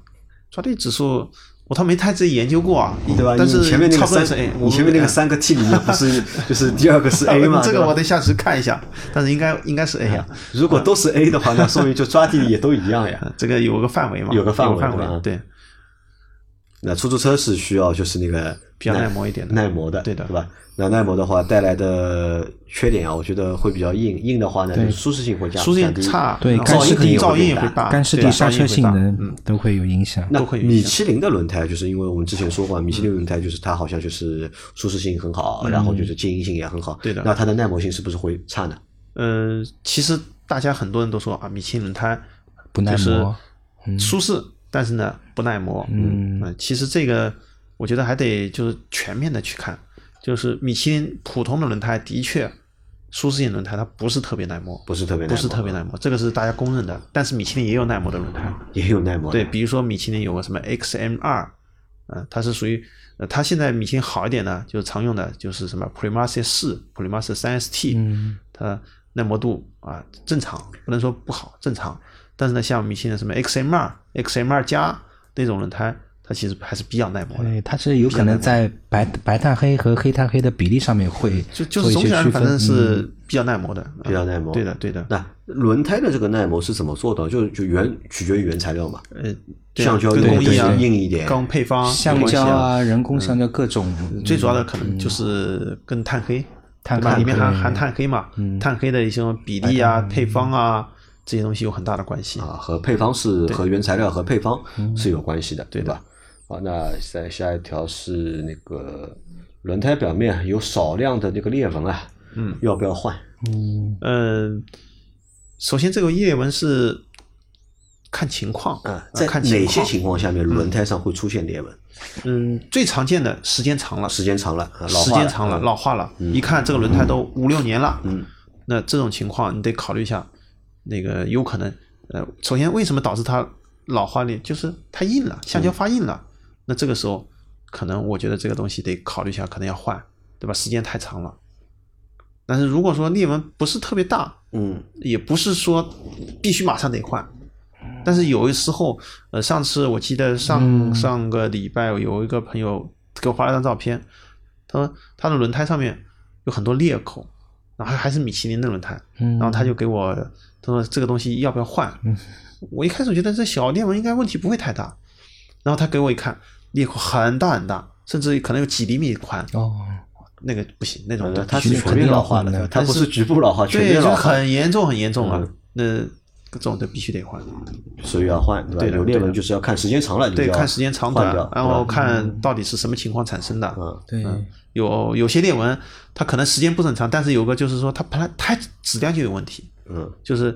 D: 抓地指数，我倒没太自己研究过啊，
C: 对吧？
D: 但是
C: 你前面那
D: 差
C: 个
D: 不多
C: 三
D: 是 A，，
C: 你前面那个三个 T 里面不
D: *laughs*
C: 是就是第二个是 A 吗？
D: 这
C: 对
D: 个
C: 吧嗯
D: 我得下去看一下，但是应该应该是 A 啊，
C: 如果都是 A 的话，那说明就抓地力也都一样
D: *laughs*
C: 呀。
D: 嗯这个有个范围嘛，
C: 有
D: 有
C: 个范围对吧
D: 围，对，
C: 那出租车是需要就是那个
D: 比较耐磨一点的
C: 耐磨的，
D: 对的
C: 对吧？那耐磨的话带来的缺点啊，我觉得会比较硬，硬的话呢，就是舒适性会降
D: 舒适性
C: 降低
D: 差，
E: 对
D: 然后
E: 干
D: 噪
E: 湿
D: 音
E: 地
D: 噪音也
C: 会
D: 会
C: 大
D: 大，
E: 干湿
D: 对啊
E: 地刹车性
D: 噪音也会大
E: 能都会有影响。
C: 嗯那
D: 都会有影
C: 米
D: 响
C: 其林的轮胎，就是因为我们之前说过，米其林轮胎就是它好像就是舒适性很好，然后就是静音性也很好，
D: 嗯对的
C: 那它的耐磨性是不是会差呢？
D: 嗯，呃，其实大家很多人都说啊，米其林轮胎
E: 不耐磨
D: 呃就是舒适，但是呢不耐磨，嗯，其实这个我觉得还得就是全面的去看，就是米其林普通的轮胎的确，舒适性轮胎它不是特别耐磨，
C: 不是特别耐磨
D: 不是特别耐磨，这个是大家公认的。但是米其林也有耐磨的轮胎，
C: 也有嗯耐磨的。
D: 对，比如说米其林有个什么 XM 二，嗯，它是属于，呃，它现在米其林好一点呢，就是常用的就是什么 Premaster 四、Premaster 三 ST，
E: 嗯，
D: 它耐磨度啊正常，不能说不好，正常。但是呢，像米其林的什么 XM 二、XM 二加那种轮胎，它其实还是比较耐磨的。
E: 对，它是有可能在白白碳黑和黑碳黑的比例上面会
D: 就就
E: 做
D: 是
E: 一
D: 总
E: 些
D: 体而
E: 区
D: 言，反
E: 分。
D: 正
E: 嗯
D: 是比较耐磨的，啊
C: 比较耐磨
D: 对的，对的。
C: 那轮胎的这个耐磨是怎么做到？就就原取决于原材料嘛，
D: 呃，对啊
C: 橡胶
D: 跟
C: 硬
D: 工艺啊
E: 对对对
C: 硬一点，
D: 跟配方有
E: 橡
D: 关系
E: 胶
D: 啊，
E: 啊、人工橡胶各种，
D: 最主要的可能就是跟碳黑，
E: 碳
D: 对吧
E: 黑
D: 里面含含
E: 对嗯
D: 碳黑嘛，碳黑的一些比例啊、配方啊这些东西有很大的关系。
C: 啊，和配方是和原材料和配方
D: 嗯
C: 是有关系的，对吧？好，那再下一条是那个轮胎表面有少量的那个裂纹啊，嗯，要不要换？
E: 嗯，
D: 嗯，首先这个裂纹是看情况
C: 啊，在
D: 呃看
C: 哪些
D: 况
C: 情况下面轮胎上会出现裂纹？
D: 嗯，最常见的时间长了，
C: 时间长了，啊老化
D: 时间长了，
C: 嗯
D: 老化了，一看这个轮胎都五六年了，嗯，那这种情况你得考虑一下，那个有可能，呃，首先为什么导致它老化呢？就是太硬了，
C: 嗯
D: 橡胶发硬了，那这个时候可能我觉得这个东西得考虑一下，可能要换，对吧？时间太长了。但是如果说裂纹不是特别大，
C: 嗯，
D: 也不是说必须马上得换。但是有的时候，呃，上次我记得上、上个礼拜有一个朋友给我发了张照片，他说他的轮胎上面有很多裂口，然后还是米其林的轮胎，然后他就给我他说这个东西要不要换？我一开始觉得这小裂纹应该问题不会太大，然后他给我一看，裂口很大很大，甚至可能有几厘米宽，
E: 哦，
D: 那个不行，那种
C: 嗯
D: 都
C: 它
D: 必须
C: 是
E: 肯
C: 全
E: 定
C: 面
E: 要
C: 老化
E: 换
C: 的，
E: 的
C: 它不是局部老化，全
D: 对，
C: 面
D: 就
C: 老
D: 是
C: 化，嗯
D: 很严重很严重啊，那这种的必须得换。
C: 所以要换，对吧？
D: 对的
C: 有裂
D: 对
C: 纹
D: 的
C: 就是要看时间长了，你
D: 对，
C: 就要
D: 看时间长
C: 换
D: 短
C: 掉，
D: 然
C: 对吧
D: 后看到底是什么情况产生的。
C: 嗯
E: 对，
D: 有有些裂纹，它可能时间不是很长，但是有个就是说它本来胎质量就有问题，
C: 嗯，
D: 就是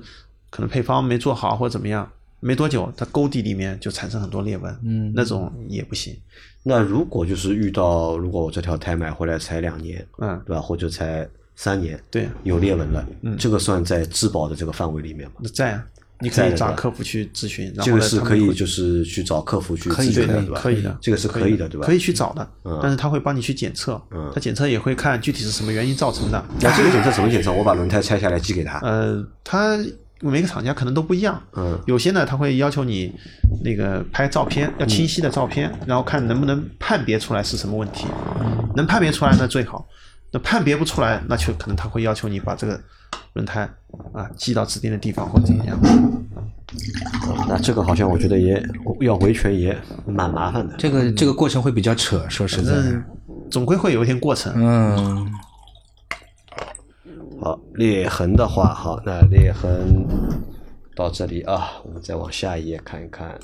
D: 可能配方没做好或者怎么样，没多久它沟底里面就产生很多裂纹，嗯，那种也不行，
C: 那如果就是遇到，如果我这条胎买回来才两年，
D: 嗯
C: 对吧？或者才三年，
D: 对啊
C: 有裂纹了，嗯，这个算在质保的这个范围里面吗？
D: 那在啊，你可
C: 在
D: 以
C: 的
D: 找
C: 对吧
D: 客服去咨询，然后
C: 这个
D: 呢
C: 是
D: 他们
C: 可以
D: 会
C: 就是去找客服去
E: 可以
C: 咨询的，
E: 可以
C: 对吧？
D: 可以的，
C: 这个是可
D: 以
C: 以的对吧
D: 可以去找的
C: 嗯，
D: 但是他会帮你去检测
C: 嗯，
D: 他检测也会看具体是什么原因造成的，
C: 那这个检测怎么检测？我把轮胎拆下来寄给他，
D: 呃，它每个厂家可能都不一样，
C: 嗯，
D: 有些呢他会要求你那个拍照片，要清晰的照片，然后看能不能判别出来是什么问题，能判别出来那最好，那判别不出来，那就可能他会要求你把这个轮胎啊寄到指定的地方或者怎么样，嗯
C: 那这个好像我觉得也要维权也蛮麻烦的。
E: 这个这个过程会比较扯，说实在，
D: 嗯，总归会有一点过程，
E: 嗯，
C: 好，裂痕的话，好，那裂痕到这里啊，我们再往下一页看一看，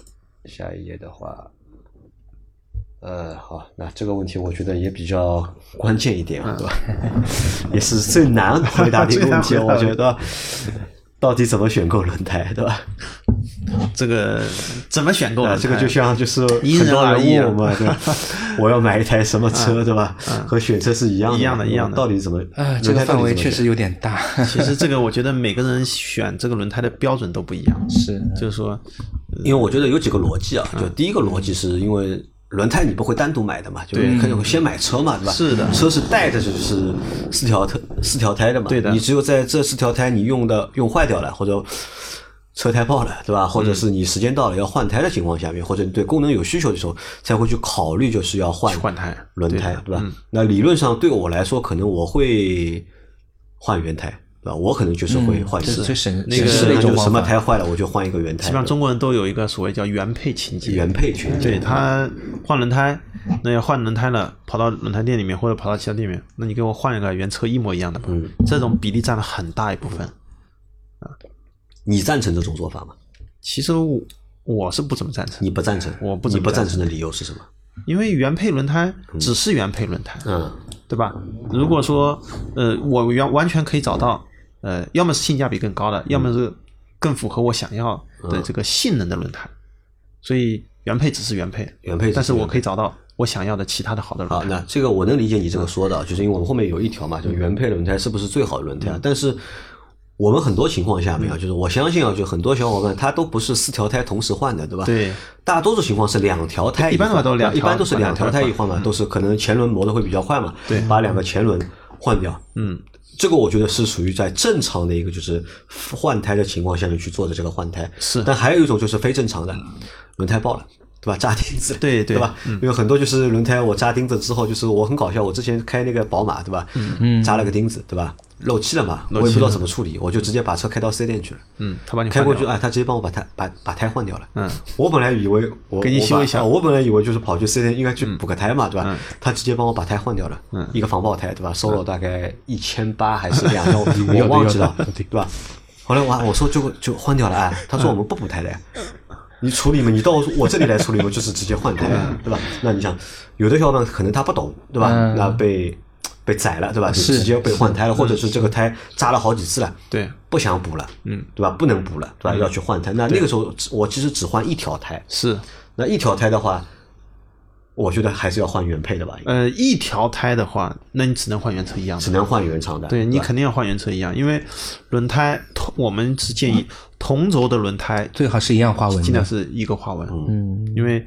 C: 下一页的话，呃，好，那这个问题我觉得也比较关键一点，对吧？ *laughs* 也是最难回答的一个问题，
D: 最难回答
C: 我
D: 的
C: 觉得到底怎么选购轮胎，对吧？
D: 这个怎么选购
C: 啊，
D: 轮胎？
C: 这个就像就是
D: 因
C: 很
D: 人
C: 多
D: 而异
C: 人
D: 啊
C: 问我嘛，对吧？我要买一台什么车，对吧？和选车是一样的，
D: 一样的一样的
C: 到底怎么？
E: 啊，
C: 轮
E: 这个
C: 胎到底
E: 范围
C: 怎么
E: 确
C: 选
E: 实有点大， *laughs*
D: 其实这个我觉得每个人选这个轮胎的标准都不一样，
E: 是，
D: 就是说。嗯
C: 因为我觉得有几个逻辑啊，就第一个逻辑是因为轮胎你不会单独买的嘛，就是你肯定会先买车嘛，对吧？
D: 是的
C: 车是带着就是四条特四条胎的嘛，
D: 对的
C: 你只有在这四条胎你用的用坏掉了或者。车胎爆了，对
D: 嗯
C: 吧？或者是你时间到了要换胎的情况下面，或者你对功能有需求的时候，才会去考虑就是要换
D: 去换胎
C: 轮
D: 对
C: 胎
D: 的，嗯
C: 对吧？那理论上对我来说，可能我会换原胎，对吧？我可能就是会换一
E: 这
C: 次，
E: 是最省
D: 嗯那个
E: 省事
C: 是
E: 的一种
C: 就什
E: 方
C: 么
E: 法。
C: 胎坏了我就换一个原胎，
D: 基本
C: 对
D: 上
C: 吧
D: 中国人都有一个所谓叫原配情节，
C: 原配群体
D: 对他换轮胎，那要换轮胎了，跑到轮胎店里面或者跑到其他店里面，那你给我换一个原车一模一样的吧。
C: 嗯
D: 这种比例占了很大一部分。
C: 你赞成这种做法吗？
D: 其实我我是不怎么赞成，
C: 你不赞成？
D: 我不
C: 你
D: 怎么
C: 不赞
D: 赞
C: 成的理由是什么？
D: 因为原配轮胎只是原配轮胎，
C: 嗯
D: 对吧？如果说呃，我完完全可以找到呃，要么是性价比更高的，要么是更符合我想要
C: 嗯
D: 的这个性能的轮胎，所以原配只是原配，
C: 原配只是
D: 但是我
C: 原配
D: 可以找到我想要的其他的好的轮
C: 好，
D: 胎。
C: 那这个我能理解你这个说的，就是因为我们后面有一条嘛，就原配轮胎是不是最好的轮
D: 嗯
C: 胎啊？但是我们很多情况下面啊，就是我相信啊，就很多小伙伴他都不是四条胎同时换的，对吧？
D: 对，
C: 大多数情况是两条胎换，
D: 一般的话都是两条
C: 一般都是两条胎一
D: 两条
C: 换
D: 嗯
C: 嘛，都是可能前轮磨的会比较快嘛，
D: 对
C: 把两个前轮换掉，
D: 嗯，
C: 这个我觉得是属于在正常的一个就是换胎的情况下面去做的这个换胎，
D: 是
C: 但还有一种就是非正常的，轮胎爆了，对吧？扎钉子了，
D: 对嗯对
C: 对吧？因为很多就是轮胎我扎钉子之后，就是我很搞笑，我之前开那个宝马，对吧？嗯，扎了个钉子，对吧？漏气了嘛，我也不知道怎么处理，我就直接把车开到四 S 店去了。
D: 嗯他把你
C: 开
D: 换
C: 过
D: 掉
C: 去
D: 了
C: 啊，他直接帮我把胎把把胎换掉了。
D: 嗯，
C: 我本来以为我
D: 给你
C: 我
D: 修
C: 把
D: 一下
C: 啊我本来以为就是跑去四 S 店应该去补个胎嘛，对吧
D: 嗯？
C: 他直接帮我把胎换掉了，
D: 嗯
C: 一个防爆胎，对吧？收了大概一千八还是
D: *laughs*
C: 两千，我
E: 有的
C: 忘记了
E: 有的，
C: 对吧？后来我我说就就换掉了啊，他
D: 嗯
C: 说我们不补胎的呀。你处理嘛，你到我这里来处理嘛，就是直接换胎，
D: 嗯
C: 对吧？那你想，有的小伙伴可能他不懂，对吧？
E: 嗯
C: 那被被宰了，对吧？就是直接被换胎了，或者是这个胎扎了好几次了，
D: 对，
C: 不想补了，
D: 嗯，
C: 对吧？不能补了，对吧？要去换胎。那那个时候只我其实只换一条胎，
D: 是，
C: 那一条胎的话，我觉得还是要换原配的吧，
D: 呃，一条胎的话，那你只能换原车一样的
C: 只。能换原厂的。
D: 对你
C: 吧
D: 肯定要换原车一样，因为轮胎同我们是建议同轴的轮胎
E: 最好是一样花纹
D: 尽量
E: 的。
D: 是一个花纹，
E: 嗯，
D: 因为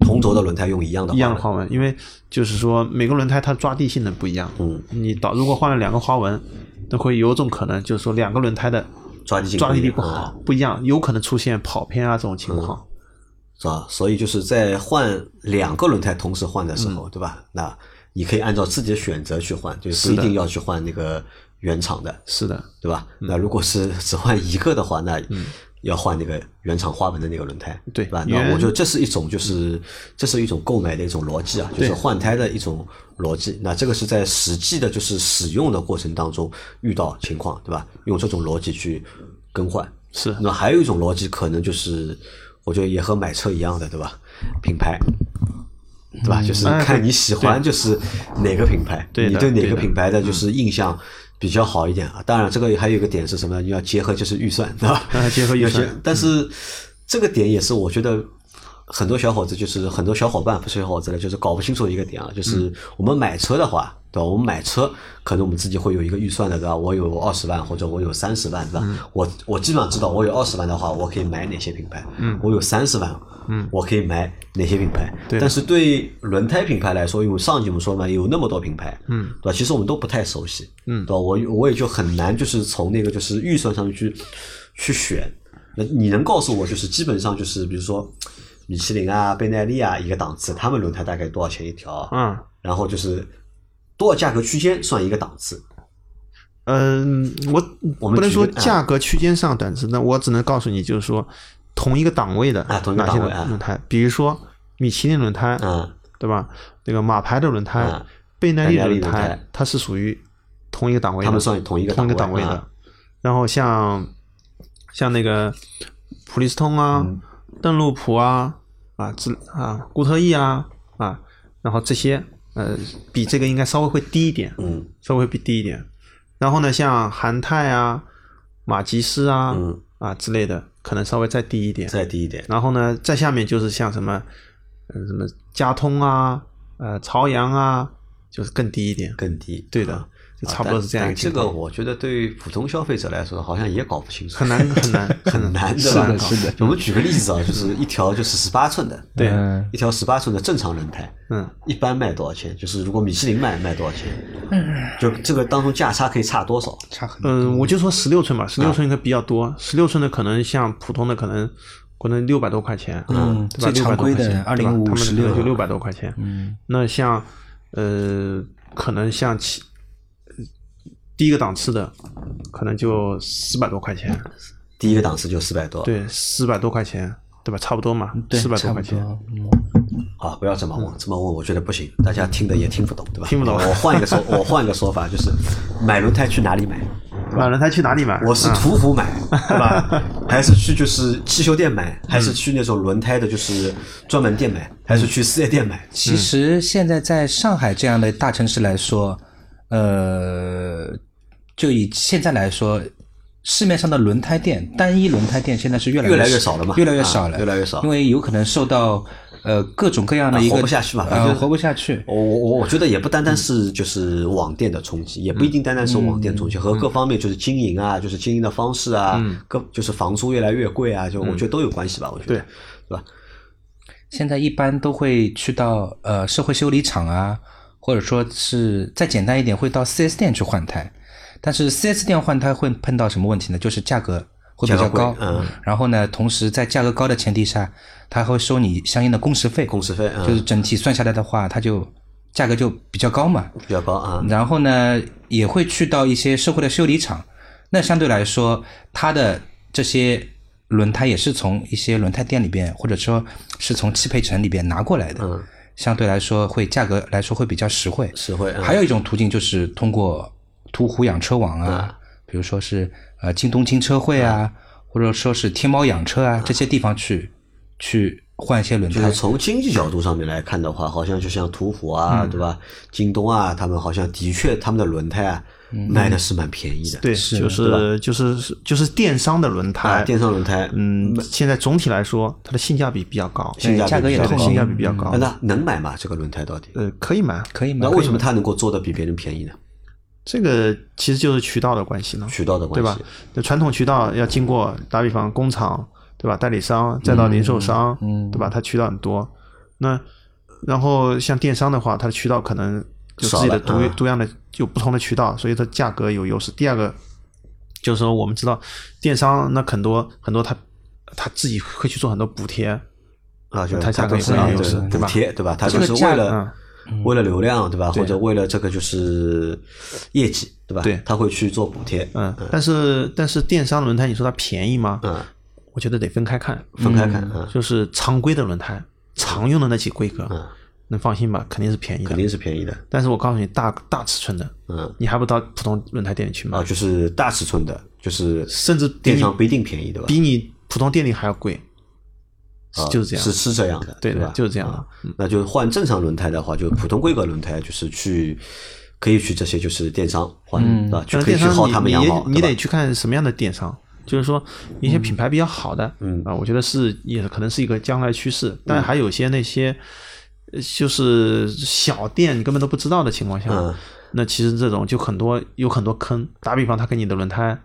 C: 同轴的轮胎用一样的，
D: 一样的花纹，因为就是说每个轮胎它抓地性能不一样，
C: 嗯，
D: 你导如果换了两个花纹，那会有种可能就是说两个轮胎的
C: 抓地性
D: 抓地力
C: 不
D: 不
C: 一样啊
D: 好，不一样，有可能出现跑偏啊这种情况。
C: 是吧？所以就是在换两个轮胎同时换的时候，对吧？那你可以按照自己的选择去换，就是不
D: 嗯是
C: 一
D: 的
C: 定要去换那个原厂的，
D: 是的，
C: 对吧？
D: 嗯
C: 那如果是只换一个的话，那要换那个原厂花纹的那个轮胎，
D: 对
C: 吧？
D: 原
C: 那我觉得这是一种就是这是一种购买的一种逻辑啊，就是换胎的一种逻辑。那这个是在实际的就是使用的过程当中遇到情况，对吧？用这种逻辑去更换。
D: 是
C: 那还有一种逻辑，可能就是我觉得也和买车一样的，对吧？品牌。对吧？就是
D: 哎
C: 看你喜欢，就是哪个品牌，
D: 对的
C: 你对哪
D: 对
C: 个
D: 的嗯
C: 品牌的就是印象比较好一点啊。当然，这个还有一个点是什么呢？你要结合就是预算，对吧？
D: 啊结合预算
C: 有些但是这个点也是我觉得很多小伙子，就是很多小伙伴不是小伙子了，就是搞不清楚一个点啊，就是我们买车的话，对吧？我们买车可能我们自己会有一个预算的，对吧？我有二十万或者我有三十万，对
D: 嗯
C: 吧？我我基本上知道，我有二十万的话，我可以买哪些品牌？嗯，我有三十万，嗯，我可以买哪些品牌？
D: 对的
C: 但是对轮胎品牌来说，因为上集我们说嘛，有那么多品牌，
D: 嗯，
C: 对吧？其实我们都不太熟悉，
D: 嗯
C: 对吧？我我也就很难就是从那个就是预算上面去去选。那你能告诉我，就是基本上就是比如说米其林啊、倍耐力啊一个档次，他们轮胎大概多少钱一条？啊
D: 嗯
C: 然后就是多少价格区间算一个档次？
D: 嗯，我
C: 我们
D: 不能
C: 举
D: 说
C: 个啊
D: 价格区间上短，是那我只能告诉你，就是说同一个档位的
C: 啊同一个
D: 哪些
C: 档位啊
D: 轮胎，比如说米其林轮胎，
C: 嗯，
D: 对吧？那个马牌的轮胎
C: 嗯、
D: 倍耐力
C: 倍耐力
D: 轮
C: 轮胎
D: 胎，它是属于同一个档位的，
C: 他们算同一个
D: 同一个
C: 档
D: 档
C: 位
D: 位的
C: 啊。
D: 然后像像那个普利司通啊、
C: 嗯
D: 邓禄普啊啊之啊固特异啊啊，然后这些呃比这个应该稍微会低一点，
C: 嗯
D: 稍微比低一点。然后呢，像韩泰啊、马吉斯啊、
C: 嗯
D: 啊之类的，可能稍微再低一点。
C: 再低一点。
D: 然后呢，再下面就是像什么，嗯，什么佳通啊，呃，朝阳啊，就是更低一点。
C: 更低。
D: 对的
C: 啊
D: 就差不多是这样一
C: 但
D: 个
C: 但这
D: 情
C: 个
D: 况
C: 我觉得对于普通消费者来说，好像也搞不清楚，
D: 很难很难
C: *laughs* 很难
E: 是
C: 吧？
E: 的是的
C: 我们举个例子啊，就是一条就是十八寸的，
D: 嗯对
E: 嗯
C: 一条十八寸的正常轮胎，
D: 嗯，
C: 一般卖多少钱？就是如果米其林卖卖多少钱？就这个当中价差可以差多少？
E: 差很多。
D: 嗯，我就说十六寸吧，十六寸应该比较多。十六寸的可能像普通的可能可能六百多块钱，
E: 嗯
D: 对吧？
E: 最常规的
D: 600多块钱对吧他们
E: 25
D: 可
E: 16
D: 能就六百多块钱。
E: 嗯，
D: 那像呃，可能像其第一个档次的，可能就四百多块钱，
C: 第一个档次就四百多，
D: 对，四百多块钱，对吧？差不多嘛，
E: 对，
D: 四百
E: 差
D: 多
E: 不
D: 块钱。
E: 多。嗯
C: 啊，不要这么问，这么问我觉得不行，大家听的也听不懂，对吧？
D: 听不懂
C: 我换一个说，我换一个说法，就是买轮胎去哪里买？
D: 买轮胎去哪里买？
C: 我是
D: 啊
C: 途虎买，对吧？还是去就是汽修店买，还是去那种轮胎的，就是专门店买，还是去四 S 店买？
E: 其实现在在上海这样的大城市来说，呃，就以现在来说，市面上的轮胎店，单一轮胎店现在是越来
C: 越来
E: 嗯越
C: 越少了嘛
E: 越来越少了，
C: 啊越来越少
E: 因为有可能受到呃各种各样的
C: 啊
E: 一个
C: 活不下去吧反
E: 呃
C: 正
E: 活不下去，
C: 我我我觉得也不单单是就是网店的冲击，也不一定单单是网店冲击，和各方面就是经营啊，就是经营的方式啊，各就是房租越来越贵啊，就我觉得都有关系吧，我觉得，
D: 对
C: 对吧？
E: 现在一般都会去到呃社会修理厂啊，或者说是再简单一点，会到 4S 店去换胎。但是 4S 店换胎会碰到什么问题呢？就是价格会比
C: 价
E: 较
C: 格
E: 高
C: 贵，嗯
E: 然后呢，同时在价格高的前提下，它还会收你相应的工时费，
C: 工时费嗯
E: 就是整体算下来的话，它就价格就比较高嘛。
C: 比较高啊，
E: 然后呢，也会去到一些社会的修理厂，那相对来说，它的这些轮胎也是从一些轮胎店里边，或者说是从汽配城里边拿过来的，
C: 嗯
E: 相对来说会价格来说会比较实惠。
C: 实惠。嗯
E: 还有一种途径就是通过途虎养车网
C: 嗯
E: 啊，比如说是呃京东轻车会啊，或者说是天猫养车啊、这些地方去去换一些轮
C: 嗯就是
E: 胎。
C: 从经济角度上面来看的话，好像就像途虎啊，对吧？京东啊，他们好像的确他们的轮胎啊卖的是蛮便宜的，
D: 嗯对，就是就是就是电商的轮
C: 啊，
D: 胎，
C: 电商轮胎，
D: 嗯，现在总体来说它的性价比比较高，
C: 性价比
E: 价格也
C: 比较
D: 对
C: 高
D: 性价比比较高
C: 啊，，那能买吗？这个轮胎到底？
D: 呃，可以买，
E: 可以吗
C: 那？为什么它能够做的比别人便宜呢？
D: 这个其实就是渠道的关系了，
C: 渠道的关
D: 对
C: 系，
D: 吧？那传统渠道要经过打比方工厂，对吧？代理商，再到零售商，
E: 嗯
D: 对吧？它渠道很多。那然后像电商的话，它的渠道可能有自己的
C: 少
D: 独
C: 了嗯
D: 独样的有不同的渠道，所以它价格有优势。第二个就是说，我们知道电商那很多很多它它自己会去做很多补贴，
C: 啊，就是它
D: 它价格
C: 都是
E: 也
C: 啊
E: 有
C: 对
E: 是
D: 对
C: 补
D: 吧
C: 贴，对吧？它就
E: 这个
C: 是
E: 价
C: 为了为了流量，对吧？
D: 对
C: 或者为了这个就是业绩，对吧？
D: 对
C: 它会去做补贴，
D: 嗯，但是但是电商轮胎，你说它便宜吗？
C: 嗯，
D: 我觉得得分开看，
C: 分开看，嗯，
D: 就是常规的轮胎，常用的那几规格，
C: 嗯
D: 能放心吧？肯定是便宜的，
C: 肯定是便宜的，
D: 但是我告诉你，大大尺寸的，
C: 嗯
D: 你还不到普通轮胎店里去买，
C: 啊，就是大尺寸的，就是
D: 甚至比
C: 电
D: 你
C: 商不一定便宜，对吧？
D: 比你普通店里还要贵，
C: 啊
D: 就是这样。
C: 是是这样的，
D: 对的
C: 吧？
D: 就是这样的嗯
C: 啊那就是换正常轮胎的话，就普通规格轮胎，就是去可以去这些就是电商换，对吧？就
D: 嗯但是
C: 可以
D: 电
C: 去
D: 商
C: 薅他们
D: 你
C: 羊
D: 你也
C: 毛，
D: 你
C: 对
D: 得
C: 吧
D: 去看什么样的电商，就是说一些品牌比较好的，
C: 嗯
D: 啊，我觉得是也可能是一个将来趋势，但还有些那些。呃就是小店你根本都不知道的情况下，
C: 嗯
D: 那其实这种就很多有很多坑。打比方，他给你的轮胎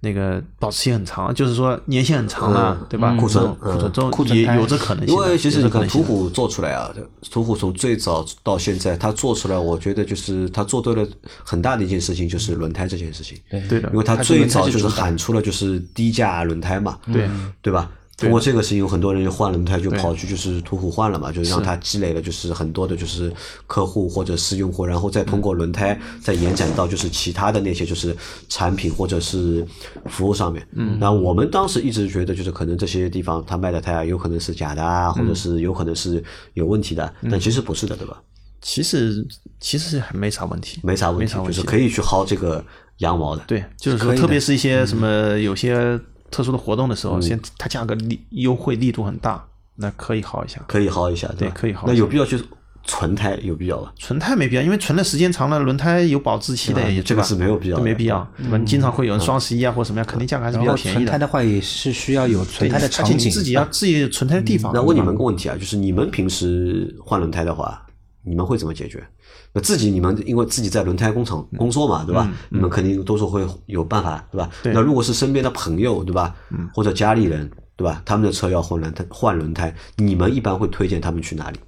D: 那个保持期很长，就是说年限很长了，
C: 嗯
D: 对吧？
E: 嗯
D: 库存
C: 嗯
D: 库存中
E: 库存
D: 也
E: 胎
D: 有这可能性
C: 因
D: 的，
C: 为其实
D: 有这
C: 你
D: 可
C: 看
D: 能
C: 途
D: 性的
C: 虎做出来啊，途虎从最早到现在，它做出来，我觉得就是它做对了很大的一件事情，就是轮胎这件事情。
E: 对
D: 对的
C: 因为它
E: 它
C: 最
E: 轮胎
C: 早
E: 是
C: 就是
E: 主打
C: 喊出了就是低价轮胎嘛，
D: 对。
C: 对吧？通过这个事情，有很多人就换轮胎，就跑去就是途虎换了嘛，就是让
D: 是
C: 它积累了就是很多的就是客户或者是用户，然后再通过轮胎
D: 嗯
C: 再延展到就是其他的那些就是产品或者是服务上面。嗯，那我们当时一直觉得就是可能这些地方他卖的胎啊，有可能是假的
D: 嗯
C: 啊，或者是有可能是有问题的，但其实不是的，对吧？
D: 其实其实还没啥问题，
C: 没啥问
D: 没
C: 题，
D: 啥问
C: 就
D: 题，
C: 是可以去薅这个羊毛的。嗯
D: 对，就是说，特别是一些什么有些特殊的活动的时候，先它价格力优惠力度很大，那可以薅一下。
C: 可以薅一下，吧
D: 对可以薅
C: 那
D: 一下
C: 有必要去存胎，有必要吧？
D: 纯胎没必要，因为存的时间长了，轮胎有保质期的，
C: 对吧
D: 也
C: 嗯这个
D: 对吧
C: 是没有必要的嗯
D: 都没必要。对吧你经常会有人双十一啊或什么样，肯定价格还是比
E: 然
D: 较
E: 后
D: 便宜
E: 存
D: 的
E: 胎。的话也是需要有
D: 对
E: 存胎的场
D: 而且你
E: 景，啊嗯
D: 自己要自己存胎的地方。
C: 那问你
D: 对吧
C: 们个问题啊，就是你们平时换轮胎的话，你们会怎么解决？那自己你们因为自己在轮胎工厂
D: 嗯
C: 工作嘛，对吧？你们肯定多数会有办法，对吧？
D: 对嗯
C: 那如果是身边的朋友，对吧？或者家里人，对吧？他们的车要换轮胎，换轮胎，你们一般会推荐他们去哪里？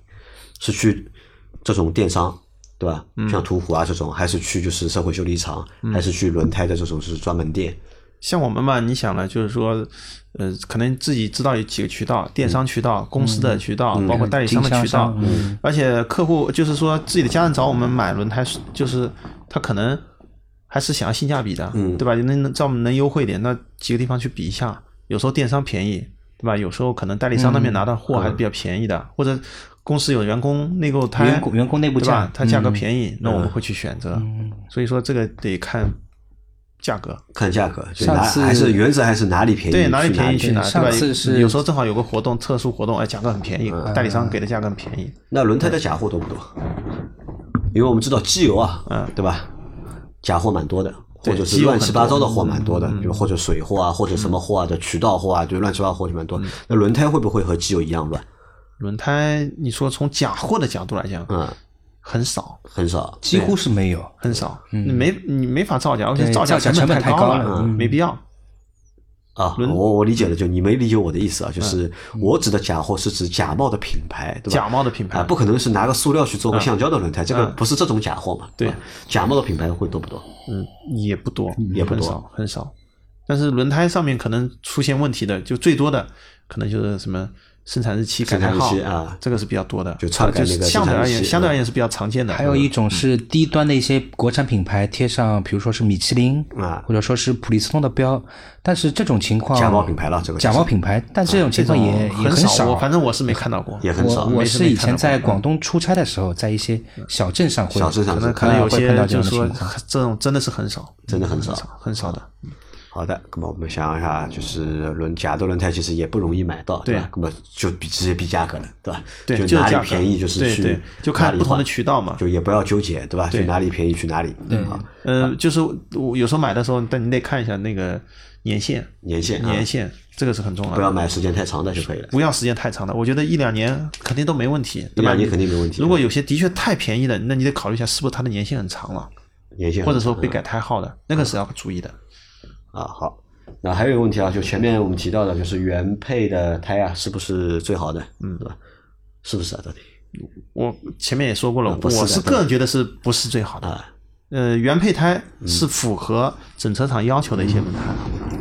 C: 是去这种电商，对吧？
D: 嗯
C: 像途虎啊这种，还是去就是社会修理厂，还是去轮胎的这种就是专门店？
D: 像我们嘛，你想了，就是说，呃，可能自己知道有几个渠道，电商渠道、公司的渠道，包括代理商的渠道，
E: 嗯经销商嗯
D: 而且客户就是说自己的家人找我们买轮胎，就是他可能还是想要性价比的，
C: 嗯
D: 对吧？能能在我们能优惠一点，那几个地方去比一下，有时候电商便宜，对吧？有时候可能代理商那
E: 嗯
D: 边拿到货还是比较便宜的，或者公司有员工内购胎，
E: 员工员工内部
D: 对吧
E: 价嗯
D: 它价格便宜，那我们会去选择，所以说这个得看价格。
C: 看价格，就
E: 上
C: 哪
E: 次
C: 还是原则还是哪里便宜
D: 对，
C: 去
D: 哪
C: 哪
D: 里便宜去哪，
E: 对
D: 对吧？
E: 上次是
D: 有时候正好有个活动，特殊活动，哎，价格很便宜，
C: 嗯
D: 代理商给的价格很便宜。
C: 那轮胎的假货多不多？因为我们知道机油啊，
D: 嗯
C: 对吧？假货蛮多的，或
D: 对
C: 者
D: 机
C: 是
D: 油
C: 乱
D: 很
C: 七八糟的
D: 多嗯
C: 货蛮多的，比如或者水
D: 嗯
C: 货啊，或者什么货啊的渠道货啊，就乱七八糟货就蛮多。那轮胎会不会和机油一样乱？
D: 轮胎，你说从假货的角度来讲，
C: 嗯，
D: 很少，
C: 很少。
E: 几乎是没有。
D: 很少，
C: 嗯
D: 你没你没法造假，而且
E: 对
D: 造假
E: 造假
D: 成
E: 成
D: 本
E: 本太
D: 高
E: 高了嗯
D: 没必要。
C: 啊，
D: 轮嗯
C: 我我理解了，就你没理解我的意思啊，就是我指的假货是指假冒的品牌，对吧？
D: 假冒的品牌
C: 啊，不可能是拿个塑料去做个橡胶的轮胎，这个
D: 嗯
C: 不是这种假货嘛？
D: 对
C: 吧，假冒的品牌会多不多？
D: 嗯，也不多，
C: 也不
D: 很
C: 多
D: 少，很少。但是轮胎上面可能出现问题的，就最多的可能就是什么生产日期、改
C: 生
D: 胎
C: 产日
D: 号
C: 期啊
D: 这个是比较多的，呃
C: 就篡改
D: 就
C: 那
D: 是
C: 个
D: 相
C: 生
D: 对
C: 产
D: 而
C: 日
D: 言，
C: 期
D: 相对嗯
C: 嗯
D: 而言是比较常见的。
E: 还有一种是低端的一些国产品牌贴上，比如说是米其林
C: 啊
E: 或者说是普利司通的标，但是这种情况
C: 假冒品牌了这个就是
E: 假冒品牌，但这种情
D: 啊这
E: 况
D: 种
E: 也也
D: 很
E: 少。啊
D: 我反正我是没看到过，
C: 也很少
E: 我我
D: 没事
E: 是
D: 没
E: 以
D: 看
E: 前
D: 到
E: 在
D: 过嗯
E: 广东出差的时候，在一些小镇上会
C: 小镇上
D: 可
C: 是
D: 能可能有
E: 会碰
D: 些
E: 到这
D: 就
E: 样
D: 是
E: 的
D: 说
E: 情况
D: 这种真的是很少，
C: 真的很少
D: 很少的。
C: 好的，那么我们想一下，就是轮假的轮胎其实也不容易买到，
D: 对
C: 吧？那么就比直接比价格了，对吧？
D: 对
C: 就
D: 就是
C: 哪里
D: 价格
C: 便宜就是
D: 对
C: 去
D: 对就看
C: 哪里
D: 不同的
C: 换
D: 渠道嘛
C: 就也不要纠结，对吧？
D: 对
C: 去哪里便宜去哪里，对啊，
D: 呃，就是我有时候买的时候，但你得看一下那个年限，
C: 年限啊啊
D: 年限这个是很重要的。
C: 不要买时间太长的就可以了。
D: 不要时间太长的，我觉得一两年肯定都没问题，对吧？
C: 一两年肯定没问题
D: 如果有些的确太便宜的，那你得考虑一下是不是它的年限很长了，
C: 年限
D: 或者
C: 很
D: 说
C: 长
D: 被
C: 嗯
D: 改胎号的，那个是要注意的。
C: 啊，好。那还有一个问题啊，就前面我们提到的，就是原配的胎啊，是不是最好的？嗯，对吧？是不是啊？到底
D: 我前面也说过了，
C: 啊不是的
D: 我是个人觉得是不是最好的？
C: 啊，嗯
D: 呃，原配胎是符合整车厂要求的一些轮胎，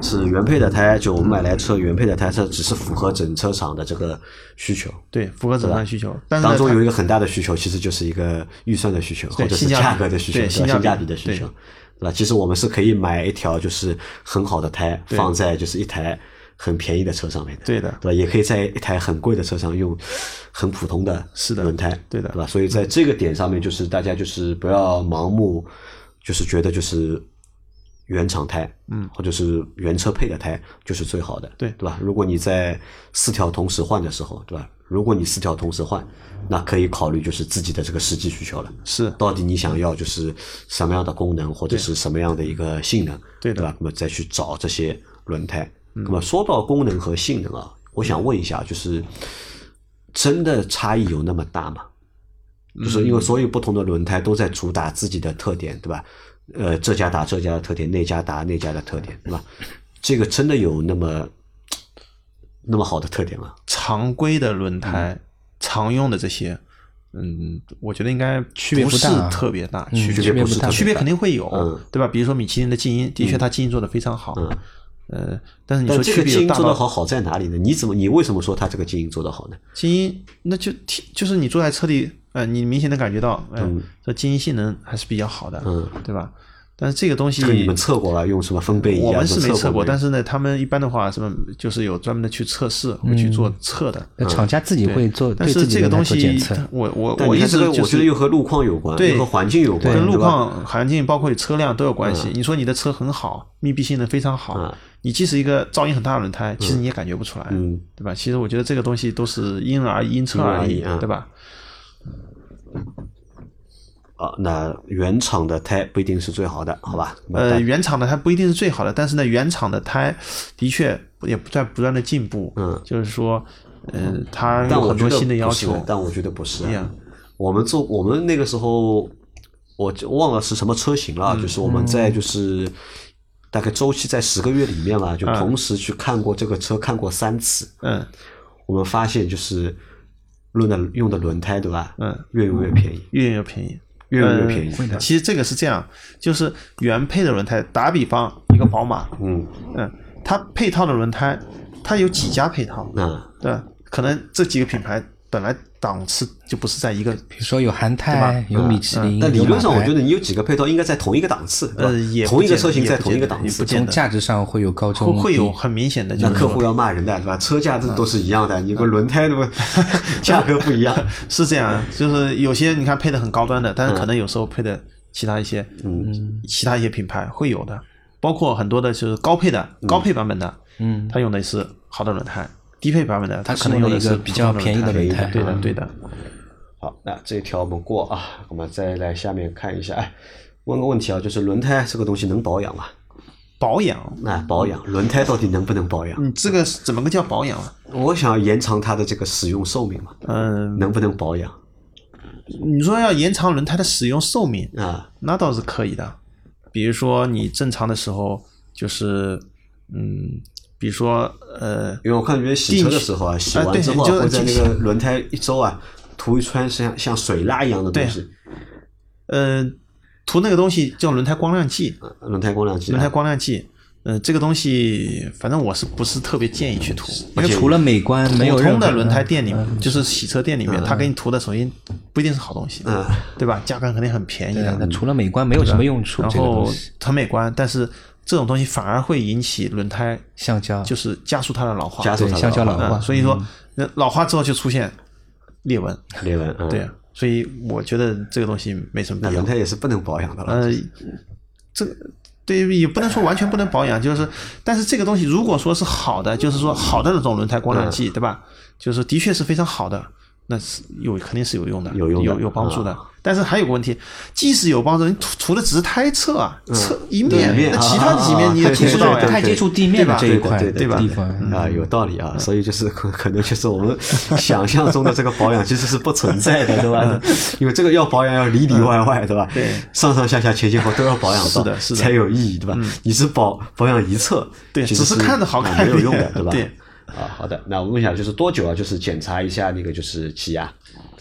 C: 是原配的胎，就我们买来车原配的胎，它只是符合整车厂的这个需求。
D: 对，符合整车厂需求。但是呢
C: 当中
D: 它
C: 有一个很大的需求，其实就是一个预算的需求，或
D: 对
C: 者是
D: 性价比
C: 价格的需求，对
D: 对
C: 吧
D: 性
C: 性
D: 价比
C: 价比的需求，对吧？其实我们是可以买一条就是很好的胎，
D: 对
C: 放在就是一台很便宜的车上面的，
D: 对的
C: 对吧？也可以在一台很贵的车上用很普通的
D: 是的
C: 轮胎，
D: 对的
C: 对吧？所以在这个点上面，就是大家就是不要盲目，就是觉得就是。原厂胎，嗯，或者是原车配的胎就是最好的，
D: 对
C: 对吧？如果你在四条同时换的时候，对吧？如果你四条同时换，那可以考虑就是自己的这个实际需求了。
D: 是
C: 到底你想要就是什么样的功能，或者是什么样的一个性能，
D: 对的
C: 吧？那么再去找这些轮胎。
D: 嗯
C: 那么说到功能和性能啊，我想问一下，就是真的差异有那么大吗？就是
D: 嗯
C: 因为所有不同的轮胎都在主打自己的特点，对吧？呃，这家打这家的特点，那家打那家的特点，对吧？这个真的有那么那么好的特点吗？
D: 常规的轮
C: 嗯
D: 胎、常用的这些，嗯，我觉得应该
E: 区别
D: 不
E: 不
D: 是
E: 大啊
D: 特别大，
E: 嗯
D: 区
C: 区别
D: 别
C: 不是特别大
D: 区别肯定会有，
C: 嗯
D: 对吧？比如说米其林的静音，的确它静音做的非常好，
C: 嗯
D: 呃，但是你
C: 但
D: 说
C: 这
D: 区
C: 个
D: 别
C: 经
D: 有
C: 营
D: 大
C: 做得
D: 到
C: 好，好在哪里呢？你怎么你为什么说它这个经营做得好呢？
D: 静音那就提就是你坐在车里，呃，你明显的感觉到，嗯
C: 嗯，
D: 这静音性能还是比较好的，
C: 嗯，
D: 对吧？但是这个东西
C: 这个你们测过吧？用什么分贝仪啊？
D: 我们是没
C: 有
D: 测
C: 过
D: 过，
C: 没有，
D: 但是呢，他们一般的话，什么就是有专门的去测试，会去
C: 嗯
D: 做测的。
E: 那厂家自
D: 嗯
E: 己
D: 对
E: 会做
D: 但
E: 对自
D: 是
E: 己
D: 这
E: 的
D: 个
E: 轮
D: 东
E: 胎做
D: 西
E: 检测，，
D: 我我
C: 但
D: 我
C: 你
D: 一
C: 看
D: 直
C: 这个
D: 就
C: 我觉得
D: 是
C: 又和路况有关，
D: 对
C: 又和环境有关，
D: 跟路
C: 对吧
D: 况、环境，包括你车辆都有关系。你说你的车很好，密闭性能非常好
C: 嗯，
D: 你即使一个噪音很大的轮胎，其实你也感觉不出来
C: 嗯，
D: 对吧？其实我觉得这个东西都是因人而异，因车
C: 因人
D: 而
C: 而
D: 异
C: 异，啊
D: 对吧？
C: 啊，那原厂的胎不一定是最好的，好吧？那
D: 呃，
C: 但
D: 原厂的它不一定是最好的，但是呢，原厂的胎的确也不在不断的进步。
C: 嗯
D: 就是说，呃，它
C: 但
D: 有
C: 我
D: 很
C: 觉
D: 多
C: 得
D: 新的要
C: 不是
D: 求。
C: 但我觉得不是
D: 一样
C: 啊。我们做我们那个时候，我就忘了是什么车型了，
D: 嗯
C: 就是我们在就是大概周期在十个月里面吧，就同时去看过这个车，看过三次。
D: 嗯，
C: 我们发现就是论的用的轮胎，对吧？
D: 嗯，
C: 越用越便宜，
D: 越用越便宜，
C: 越用越便宜。
D: 嗯其实这个是这样，就是原配的轮胎，打比方一个宝马，
C: 嗯，
D: 嗯，它配套的轮胎，它有几家配套，
C: 那
D: 对吧，可能这几个品牌本来档次就不是在一个，
E: 比如说有韩泰、
D: 嗯
E: 有米其林，
C: 那理
E: 有
C: 论上
E: 马
C: 我
E: 牌
C: 觉得你有几个配套应该在同一个档次，对吧
D: 呃也不
C: 同一个
D: 见得
C: 车型
D: 也
C: 在
D: 不
C: 同一
D: 见
C: 个
D: 得
C: 档
D: 也
C: 次
D: 不，见
E: 从
D: 得
E: 价值上会有高
D: 会
E: 中
D: 会有
E: 低
D: 很明显的，就
C: 那
D: 是
C: 客户
D: 说
C: 要骂人的，对
D: 嗯
C: 吧？车价这都是一样的，你个轮胎
D: *laughs*
C: 对吧？价格不一样，
D: 是这样，就是有些你看配的很高端的，
E: 嗯
D: 但是可能有时候配的其他一些，嗯，其他一些品牌会有的，包括很多的就是高配的高配版本的，嗯，它用的是好的轮胎，低配版本的它
E: 它是
D: 可能用的
E: 用了一
D: 是
E: 个比较
D: 普通
E: 便宜的轮胎嗯
D: 对的对的，
C: 好，那这一条我们过啊，我们再来下面看一下。哎，问个问题啊，就是轮胎这个东西能保养吗？
D: 保养，
C: 那保养轮胎到底能不能保养？
D: 你这个是怎么个叫保养啊？
C: 我想延长它的这个使用寿命嘛，
D: 嗯，
C: 能不能保养
D: 你说要延长轮胎的使用寿命，
C: 啊？
D: 那倒是可以的。比如说你正常的时候，就是嗯，比如说呃，
C: 因为我看别人洗车的时候啊，洗完之后啊
D: 对就
C: 会在那个轮胎一周啊涂一圈像像水蜡一样的东西，
D: 呃，涂那个东西叫轮胎光亮剂，
C: 呃轮胎光亮剂啊。
D: 轮胎光亮剂。呃，这个东西反正我是不是特别建议去涂，因为
E: 除了美观，没有
D: 普
E: 任
D: 通
E: 何
D: 的轮胎店里面，就是洗车店里面，他给你涂的首先不一定是好东西，
C: 嗯，
D: 对吧？价格肯定很便宜
E: 对啊，
D: 的
E: 那，除了美观没有什么用处。
D: 然
E: 这个东
D: 后
E: 西，
D: 很美观，但是这种东西反而会引起轮胎
E: 橡胶
D: 就是加速它的老化，
C: 加速它
E: 对
C: 的
E: 橡胶老
C: 化
E: 化，
D: 嗯，所以说那老化之后就出现裂纹，
C: 裂纹，嗯
D: 对，，啊所以我觉得这个东西没什么
C: 那
D: 必要
C: 轮。胎也是不能保养的了。
D: 呃，这个对也不能说完全不能保养，就是但是这个东西如果说是好的，就是说好的那种轮胎光亮
C: 嗯
D: 剂，对吧？就是说的确是非常好的，那是有肯定是有用的，
C: 有用的
D: 有帮助的。
C: 啊
D: 但是还有个问题，即使有帮助，你涂涂的只是胎侧啊，侧一面，
C: 嗯一面
D: 那其他的几面你也
C: 啊
D: 涂
E: 其
D: 不
E: 实
D: 到呀。
E: 不太接触地面的这一块
C: 对
D: 对吧
E: 地
D: 嗯
E: 方，
C: 啊，有道理啊，所以就是可可能就是我们想象中的这个保养其实是不存在的，对吧？因为这个要保养要里里外外，对吧？
D: 嗯对
C: 上上下下前前后后都要保养到，
D: 是的是的嗯
C: 才有意义，对吧？你是保保养一侧，
D: 对
C: 其实
D: 只是看着好看
C: 没有用的，
D: 点
C: 对吧？
D: 对
C: 啊，好的，那我问一下，就是多久啊？就是检查一下那个就是气压，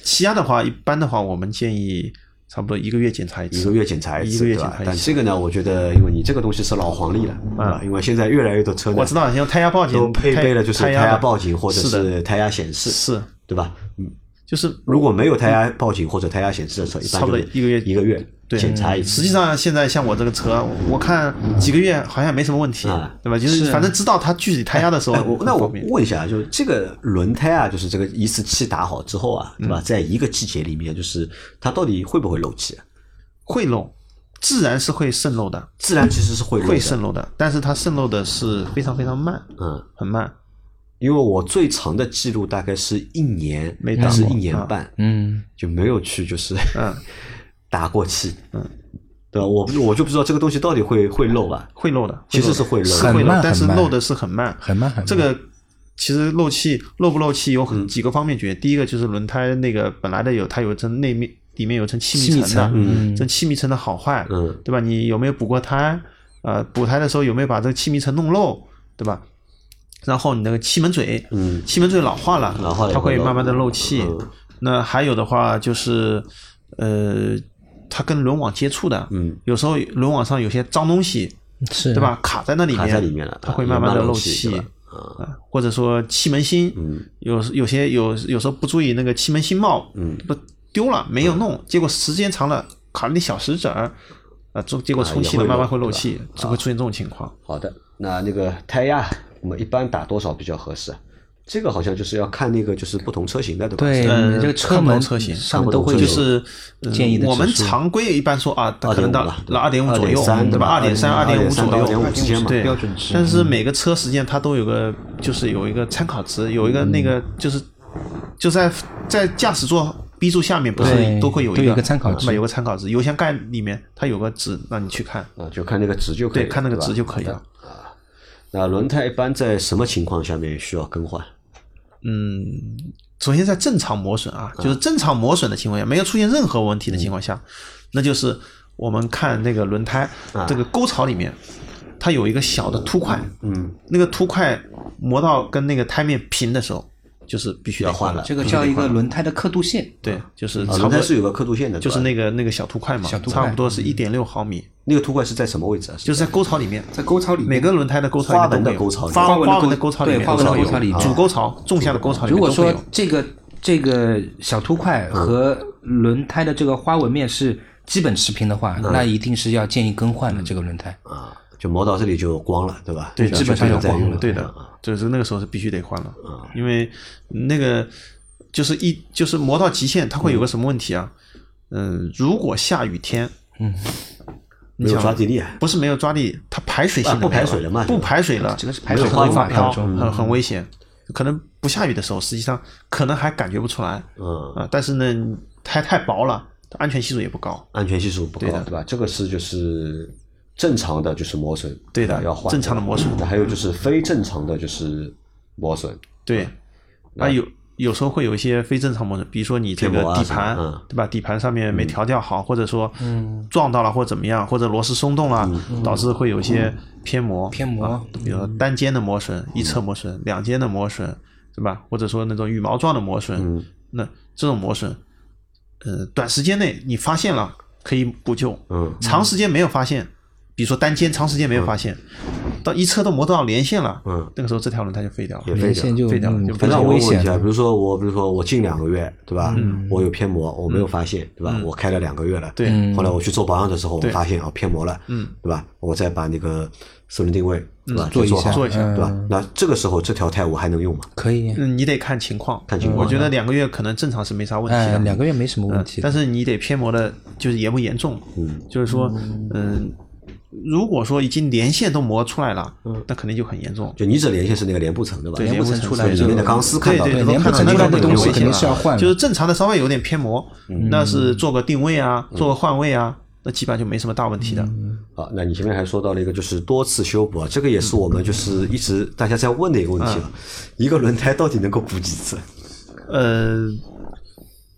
D: 气压的话，一般的话，我们建议差不多一个月检查一次，
C: 一个月检查一
D: 一
C: 次，
D: 个月
C: 对
D: 检
C: 吧
D: 查？一
C: 但
D: 次。
C: 这个呢，我觉得因为你这个东西是老黄历了，啊，因为现在越来越多车呢
D: 我知道，像胎压报警
C: 都配备了就是
D: 胎
C: 胎压报
D: 警，
C: 警或者
D: 是的
C: 是胎压显示，
D: 是
C: 对吧？嗯，
D: 就是
C: 如果没有胎压报警或者胎压显示的车，一般
D: 差不多
C: 就是
D: 一个月
C: 一个月
D: 对
C: 检查一
D: 实
C: 次。
D: 际上，现在像我这个车，我看几个月好像没什么问题
C: 啊，
D: 对吧？就是
E: 是
D: 反正知道它具体胎压的时候
C: 哎，我那我
D: 方便
C: 问一下，就是这个轮胎啊，就是这个一次气打好之后啊，
D: 嗯
C: 对吧？在一个季节里面，就是它到底会不会漏气啊？
D: 会漏，自然是会渗漏的，
C: 自然其实是会漏
D: 会
C: 的，
D: 渗漏的，但是它渗漏的是非常非常慢，
C: 嗯，
D: 很慢，
C: 因为我最长的记录大概是一年，
D: 没打
C: 还是
D: 过啊
C: 一年半，
E: 嗯，
C: 就没有去就是
D: 嗯
C: *laughs* 打过气，嗯，对吧？我不我就不知道这个东西到底会会漏吧？
D: 会漏的，
C: 其实是
D: 会
C: 会漏
D: 漏
C: 的
D: 的是漏
E: 很慢，
D: 但是
E: 很慢
D: 漏的是很慢，
E: 很慢很慢。
D: 这个其实漏气漏不漏气有很几个方面决定。第一个就是轮胎那个本来的有它有一层内面里面有一层气密层的，
E: 气密层嗯
D: 这气密层的好坏，
C: 嗯
D: 对吧？你有没有补过胎？呃，补胎的时候有没有把这个气密层弄漏，对吧？然后你那个气门嘴，
C: 嗯
D: 气门嘴老化了，
C: 老化了
D: 它
C: 会
D: 会
C: 漏
D: 慢慢的漏气。
C: 嗯
D: 那还有的话就是，呃，它跟轮网接触的，
C: 嗯
D: 有时候轮网上有些脏东西，
E: 是
D: 对？吧？卡在那里
C: 卡
D: 面，
C: 在里面了
D: 它会
C: 啊
D: 慢慢的
C: 也慢
D: 漏
C: 漏气对吧
D: 啊或者说气门芯，
C: 嗯
D: 有有些有有时候不注意那个气门芯帽，
C: 嗯
D: 不丢了没有弄，结果时间长了卡了点小石子儿，啊，中结果
C: 啊
D: 充
C: 也
D: 气了，
C: 会
D: 慢慢
C: 漏
D: 会漏
C: 对吧
D: 气，就会出现这种情况。
C: 好的，那那个胎压我们一般打多少比较合适啊？这个好像就是要看那个就是不同车型的，对吧？
E: 对，
D: 呃
E: 这个车
D: 看不
E: 门
D: 同车型
E: 上
C: 看不
E: 都
C: 同
E: 会
C: 车
D: 嗯就
E: 有
C: 型
D: 是呃
E: 建议的
D: 我们
E: 指数
D: 常规一般说啊，它可能
C: 2.5
D: 到
C: 吧
D: 到二点五
C: 2.3
D: 左右，
C: 对吧
D: 吧？二点三、二点五
C: 2.5
D: 左
C: 到
D: 右
C: 2.5之间嘛
D: 对
E: 标准值
D: 但是每个车实际上它都有个，就是有一个参考值，有一个那个就是就在在驾驶座 B 柱下面，不是
E: 对
D: 都会有
E: 都有
D: 一
E: 一个参考值
D: 对吧有个参考值，油箱盖里面它有个值让你去看，
C: 啊，就看那个值就可以
D: 对，
C: 了，
D: 看那个
C: 对吧
D: 值就可以了。
C: 那轮胎一般在什么情况下面需要更换？
D: 首先在正常磨损啊，就是正常磨损的情况下，没有出现任何问题的情况下，那就是我们看那个轮胎、
C: 啊
D: 这个沟槽里面，它有一个小的凸块，
C: 嗯，
D: 那个凸块磨到跟那个胎面平的时候，就是必须得
C: 要换了
E: 这个叫一个轮胎的刻度线，
D: 对，就是
C: 啊，
D: 差不
C: 轮
D: 多
C: 胎是有个刻度线的，
D: 就
C: 对
D: 是
C: 吧
D: 那个那个小凸块嘛，
E: 小凸块
D: 差不多
C: 嗯
D: 是一点六毫米，
C: 那个凸块是在什么位置啊？
D: 就是在沟槽里面，
E: 在沟槽里面
D: 每个轮胎的沟槽
C: 花
D: 里
C: 纹
D: 面都
C: 的
D: 会有
C: 沟槽里
D: 花
E: 花纹的
D: 纹的
E: 沟
D: 沟槽里
E: 对
D: 面
E: 花
D: 都
E: 纹的
D: 会有
E: 沟槽里
D: 主沟槽、纵向的沟槽里
E: 如
D: 面
E: 果
D: 都会
E: 说
D: 有。嗯
E: 这个这个小凸块和轮胎的这个花纹面是基本持平的
D: 嗯
E: 话，那一定是要建议更换的这个轮胎。
C: 啊，就磨到这里就光了，对吧？
D: 对
C: 就
D: 基
E: 本上
C: 就
E: 有
C: 不能再
E: 光
C: 用
E: 了嗯
D: 对的
C: 啊，
D: 就是那个时候是必须得换了，因为那个就是一就是磨到极限，它会有个什么问题啊？嗯，如果下雨天，嗯，
C: 没有抓地力啊，
D: 不是没有抓地，它排水性的
C: 啊不
D: 没有
C: 排水了嘛
D: 不排水了，
E: 这个是排
D: 没有
E: 水
D: 花
E: 方
D: 发
E: 法
D: 飘，
E: 当中
D: 很很危险。可能不下雨的时候，实际上可能还感觉不出来，
C: 嗯
D: 啊，但是呢，胎太薄了，安全系数也不高。
C: 安全系数不高，
D: 对的
C: 对吧？这个是就是正常的就是磨损，
D: 对的
C: 要换
D: 正常的磨损
C: 那还有就是非正常的就是磨损，
D: 对，那有有时候会有一些非正常磨损，比如说你这个
C: 贴膜啊
D: 底
C: 什么
D: 盘，
C: 嗯
D: 对吧？底盘上面没调教好，或者说撞到了或者怎么
C: 嗯
D: 样，或者螺丝松动了，导致会有一些偏磨。
E: 偏磨
D: 啊比如
C: 嗯
D: 说单肩的磨损、一侧磨损、两肩的磨损，对吧？或者说那种羽毛状的磨损，
C: 嗯
D: 那这种磨损，呃，短时间内你发现了可以补救，
C: 嗯
D: 长时间没有发现，比如说单肩长时间没有发现，到一车都磨到连线了，
C: 嗯，
D: 那个时候这条轮胎就废掉了，
C: 也
E: 连
C: 非
E: 线
C: 常
E: 就
D: 非常
E: 嗯
D: 就
E: 非
D: 非
C: 那
E: 常
C: 我
E: 危
C: 问
E: 险
D: 啊
C: 一下，
E: 的
C: 比。如说我，比如说我近两个月，对吧？我有偏磨，我没有发现，对吧？我开了两个月了，
D: 对
C: 后来我去做保养的时候，我
D: 对
C: 发现啊偏磨了，
D: 嗯，
C: 对吧？我再把那个四轮定位，对吧？
E: 做一
C: 好
E: 下，
D: 做一下
E: 嗯
C: 对吧？那这个时候这条胎我还能用吗？
E: 可以，
D: 嗯，你得看情况，
C: 看情况
D: 我觉得两个月可能正常是没啥问题
E: 哎
D: 的，，
E: 两个月没什么问
D: 嗯
E: 题的。
D: 但是你得偏磨的，就是严不严重，
C: 嗯，
D: 就是说，嗯，如果说已经连线都磨出来了，那肯定就很严重，
C: 就你只连线是那个连部层，对吧？
D: 对，
E: 连
D: 连
E: 不
D: 不
E: 层
D: 层
E: 出来
C: 里面的钢丝看
D: 对
C: 到
D: 对，
C: 的
D: 对
E: 连
D: 能
E: 不
D: 看到
E: 层
D: 那
E: 出来
D: 个
E: 的
D: 很
E: 东西
D: 危
E: 肯
D: 险啊
E: 定是要换的
D: 就是正常的稍微有点偏磨，
C: 嗯
D: 那是做个定位啊，做个换位啊，那基本上就没什么大问题的。
C: 好，那你前面还说到了一个就是多次修补啊，这个也是我们就是一直大家在问的一个问题
E: 嗯
C: 啊，一个轮胎到底能够补几次？
D: 呃，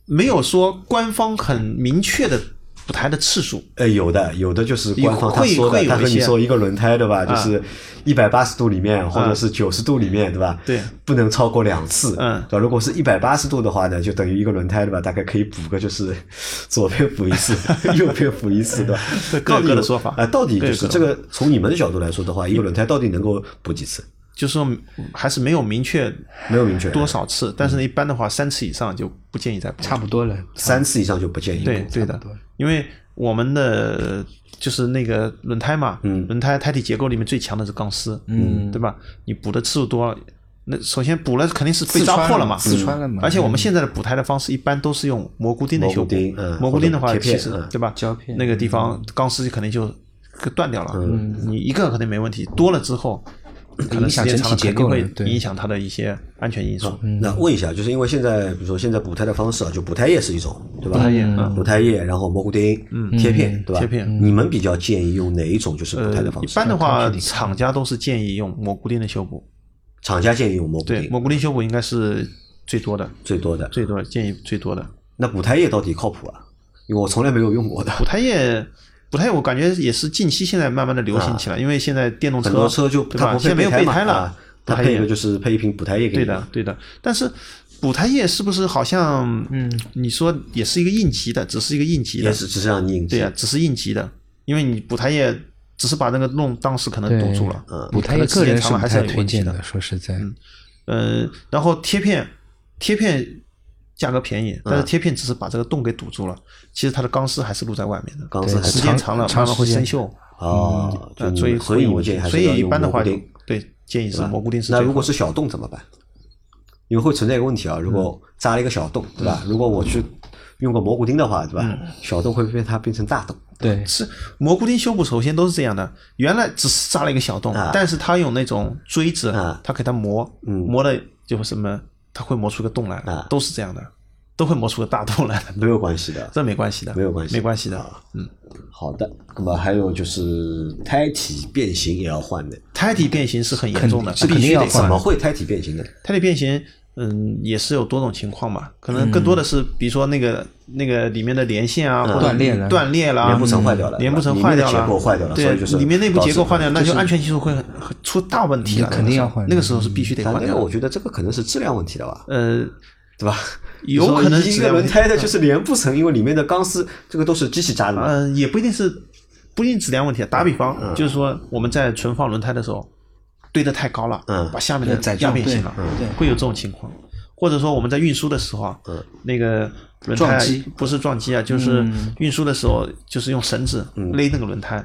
D: 没有说官方很明确的补胎的次数，
C: 呃，有的，有的就是官方他
D: 会
C: 说的，
D: 会有
C: 他和你
D: 一些啊
C: 说一个轮胎对吧？就是一百八十度里面，或者是九十度里面，对吧？
D: 对
C: 不能超过两次。
D: 嗯
C: 对吧？如果是一百八十度的话呢，就等于一个轮胎对吧？大概可以补个就是左边补一次， *laughs* 右边补一次，对吧？
D: 各有
C: 到底
D: 各的
C: 有
D: 说法
C: 啊，到底
D: 各
C: 就
D: 有
C: 是
D: 各的
C: 这个从你们的角度来说的话，一个轮胎到底能够补几次？
D: 就是说还是没有明确
C: 没有明确啊
D: 多少次，但是呢，一般的话三次以上就不建议再补。
E: 差不多了，
C: 三次以上就不建议补。
D: 对对的，因为我们的就是那个轮胎嘛，
C: 嗯
D: 轮胎胎体结构里面最强的是钢丝，嗯，对吧？你补的次数多了。那首先补了肯定是被
E: 刺穿
D: 扎破了嘛，
C: 嗯
E: 了刺穿了嘛
D: 而且我们现在的补胎的方式一般都是用蘑菇钉的
C: 蘑菇
D: 修补
C: 钉嗯，
D: 蘑菇钉的话
C: 或者贴
D: 其
C: 片
D: 实
C: 嗯
D: 对吧？
E: 胶片
D: 那个地方钢丝肯定就断掉了，
C: 嗯
D: 你一个肯定没问题，多了之后可能
E: 影响
D: 时间长了
E: 整体结
D: 肯定
E: 构了
D: 会
E: 对
D: 影响它的一些安全因素。
C: 那问一下，就是因为现在，比如说现在补胎的方式啊，就补胎液是一种，对吧？补胎
D: 液嗯
C: 补胎液，然后蘑菇钉，嗯，贴片，对吧？
D: 贴片
C: 你们比较建议用哪一种就是补胎的
D: 呃
C: 方，
D: 一
C: 式？
D: 般的话，厂家都是建议用蘑菇钉的修补，
C: 厂家建议用蘑菇
D: 对，
C: 钉
D: 蘑菇钉修补应该是最多的，
C: 最多的。
D: 最多的建议最多的。
C: 那补胎液到底靠谱啊？因为我从来没有用过的，
D: 补胎液，补胎液我感觉也是近期现在慢慢的流行起来，因为现在电动车
C: 很多车就
D: 对
C: 它
D: 吧？
C: 不配
D: 现在没有
C: 备
D: 备
C: 嘛
D: 胎了
C: 啊，
D: 补
C: 它
D: 胎
C: 配一个
D: 液。
C: 就是配一瓶补胎液给
D: 对
C: 你。
D: 的，对的，但是补胎液是不是好像，嗯，你说也是一个应急的，只是一个应急的
C: 也，是只是让你应急
D: 对呀、只是应急的，因为你补胎液只是把那个弄当时可能堵住了，
E: 嗯补
D: 可
E: 胎
D: 能
E: 个
D: 时间
E: 人是
D: 长
E: 不
D: 了还是
E: 太
D: 有
E: 推
D: 问题
E: 荐
D: 的
E: 的，。嗯说实在，
D: 呃，
C: 嗯
D: 然后贴片，贴片价格便
C: 嗯
D: 宜，但是贴片只是把这个洞给堵住了，其实它的钢丝还是露在外面的，
C: 钢丝还是
D: 时间长了
E: 长
D: 慢慢会
E: 时间
D: 生锈，
C: 哦，就
D: 呃，
C: 你
D: 所以
C: 所以
D: 我
C: 我建议还
D: 所
C: 是要
D: 以一
C: 用
D: 般的
C: 蘑菇
D: 话就
C: 钉。
D: 对建议是蘑菇钉是最
C: 那
D: 好的。
C: 如果是小洞怎么办？因为会存在一个问题啊，如果
D: 嗯
C: 扎了一个小洞，对吧？如果我去用个蘑菇钉的话，对吧？
D: 嗯
C: 小洞会被它变成大洞，
E: 对，
D: 是蘑菇钉修补，首先都是这样的，原来只是扎了一个小洞，
C: 啊
D: 但是它用那种锥子，
C: 啊
D: 它给它磨，磨的就是什么，它会磨出个洞来，
C: 啊
D: 都是这样的，都会磨出个大洞来的，
C: 没有关系的。
D: 这没关系的，
C: 没有关系啊
D: 没关系的。
C: 好的，那么还有就是胎体变形也要换的，
D: 胎体变形是很严重的，
E: 肯
D: 必
E: 定
D: 须
E: 要
D: 得
E: 换
C: 怎么会胎体变形的？
D: 胎体变形，嗯，也是有多种情况吧，可能更多的是，比如说那个那个里面的连线啊，
C: 嗯
D: 或者
E: 断裂了
D: 断裂了，
C: 连部层坏掉了
D: 嗯连部层
C: 里面
D: 坏掉
C: 的
D: 了，
C: 结构坏掉了所
D: 对
C: 以就是，
D: 里面内部
C: 导致嗯
D: 结构坏掉，那
C: 就
D: 就是安全系数会很很出大问题了，
E: 肯定要换
D: 那个时候是必须得
C: 嗯但
D: 换
C: 那个
D: 掉
C: 我
D: 的。
C: 觉得这个可能是质量问题了吧，
D: 呃，
C: 对吧？
D: 有可能
C: 你说一个轮
D: 嗯
C: 胎的就是连部层，因为里面的钢丝这个都是机器扎的嘛，
D: 嗯，也不一定是不一定质量问题。啊打比方，
C: 嗯
D: 就是说我们在存放轮胎的时候，堆得太高了，
C: 嗯
D: 把下面的
E: 对载
D: 压
E: 重
D: 变
E: 对
D: 形了，
E: 对
D: 会有这种情况。或者说我们在运输的时候啊，
C: 嗯
D: 那个轮胎
E: 撞击
D: 不是撞击啊，就是
E: 嗯
D: 运输的时候就是用绳子勒那个轮胎，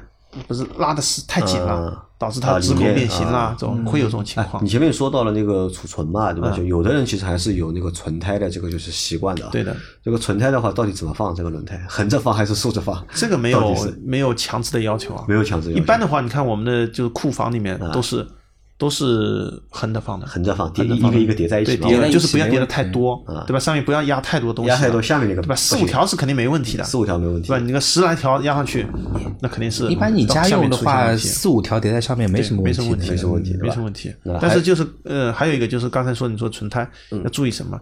D: 不是拉的是太紧
C: 嗯
D: 了，导致
C: 啊
D: 它
C: 里
D: 支口
C: 面
D: 变形
C: 啊嗯
D: 啦，这种会有这种情况
C: 哎你。前面说到了那个储存嘛，对吧？
D: 嗯
C: 就有的人其实还是有那个存胎的这个就是习惯的啊。
D: 对的
C: 这个存胎的话，到底怎么放这个轮胎？横着放还是竖着放？
D: 这个没
C: 到
D: 有
C: 底是
D: 没有强制的要求啊，
C: 没有强制要求
D: 一般的话，你看我们的就是库房里面
C: 啊
D: 都是都是横着放的，
C: 横着放叠
D: 横着
C: 一
D: 放的
C: 个一个叠在一起
D: 对，
C: 嘛
D: 叠
E: 叠在一
D: 就是
E: 起
D: 不要
E: 没
D: 叠的
E: 问
D: 太
E: 题
D: 多
C: 嗯，
D: 对吧？上面不要压太多东西
C: 压
D: 了，
C: 太多下面那个
D: 对吧？
C: 不
D: 四五
C: 行
D: 条是肯定没问题的，
C: 四五条没问题
D: 对吧？。你那个十来条压上去，那肯定是
E: 一般你家用的
D: 到下
E: 话，
D: 面出现问题
E: 四五条叠在上面没
D: 对
E: 什么问
D: 没
E: 题
D: 什
E: 的，
D: 么问题，
C: 没什么问题对吧
D: 没什么问
C: 那。
D: 题但
C: 还嗯
D: 是就是呃，还有一个就是刚才说你说纯胎要注意什么，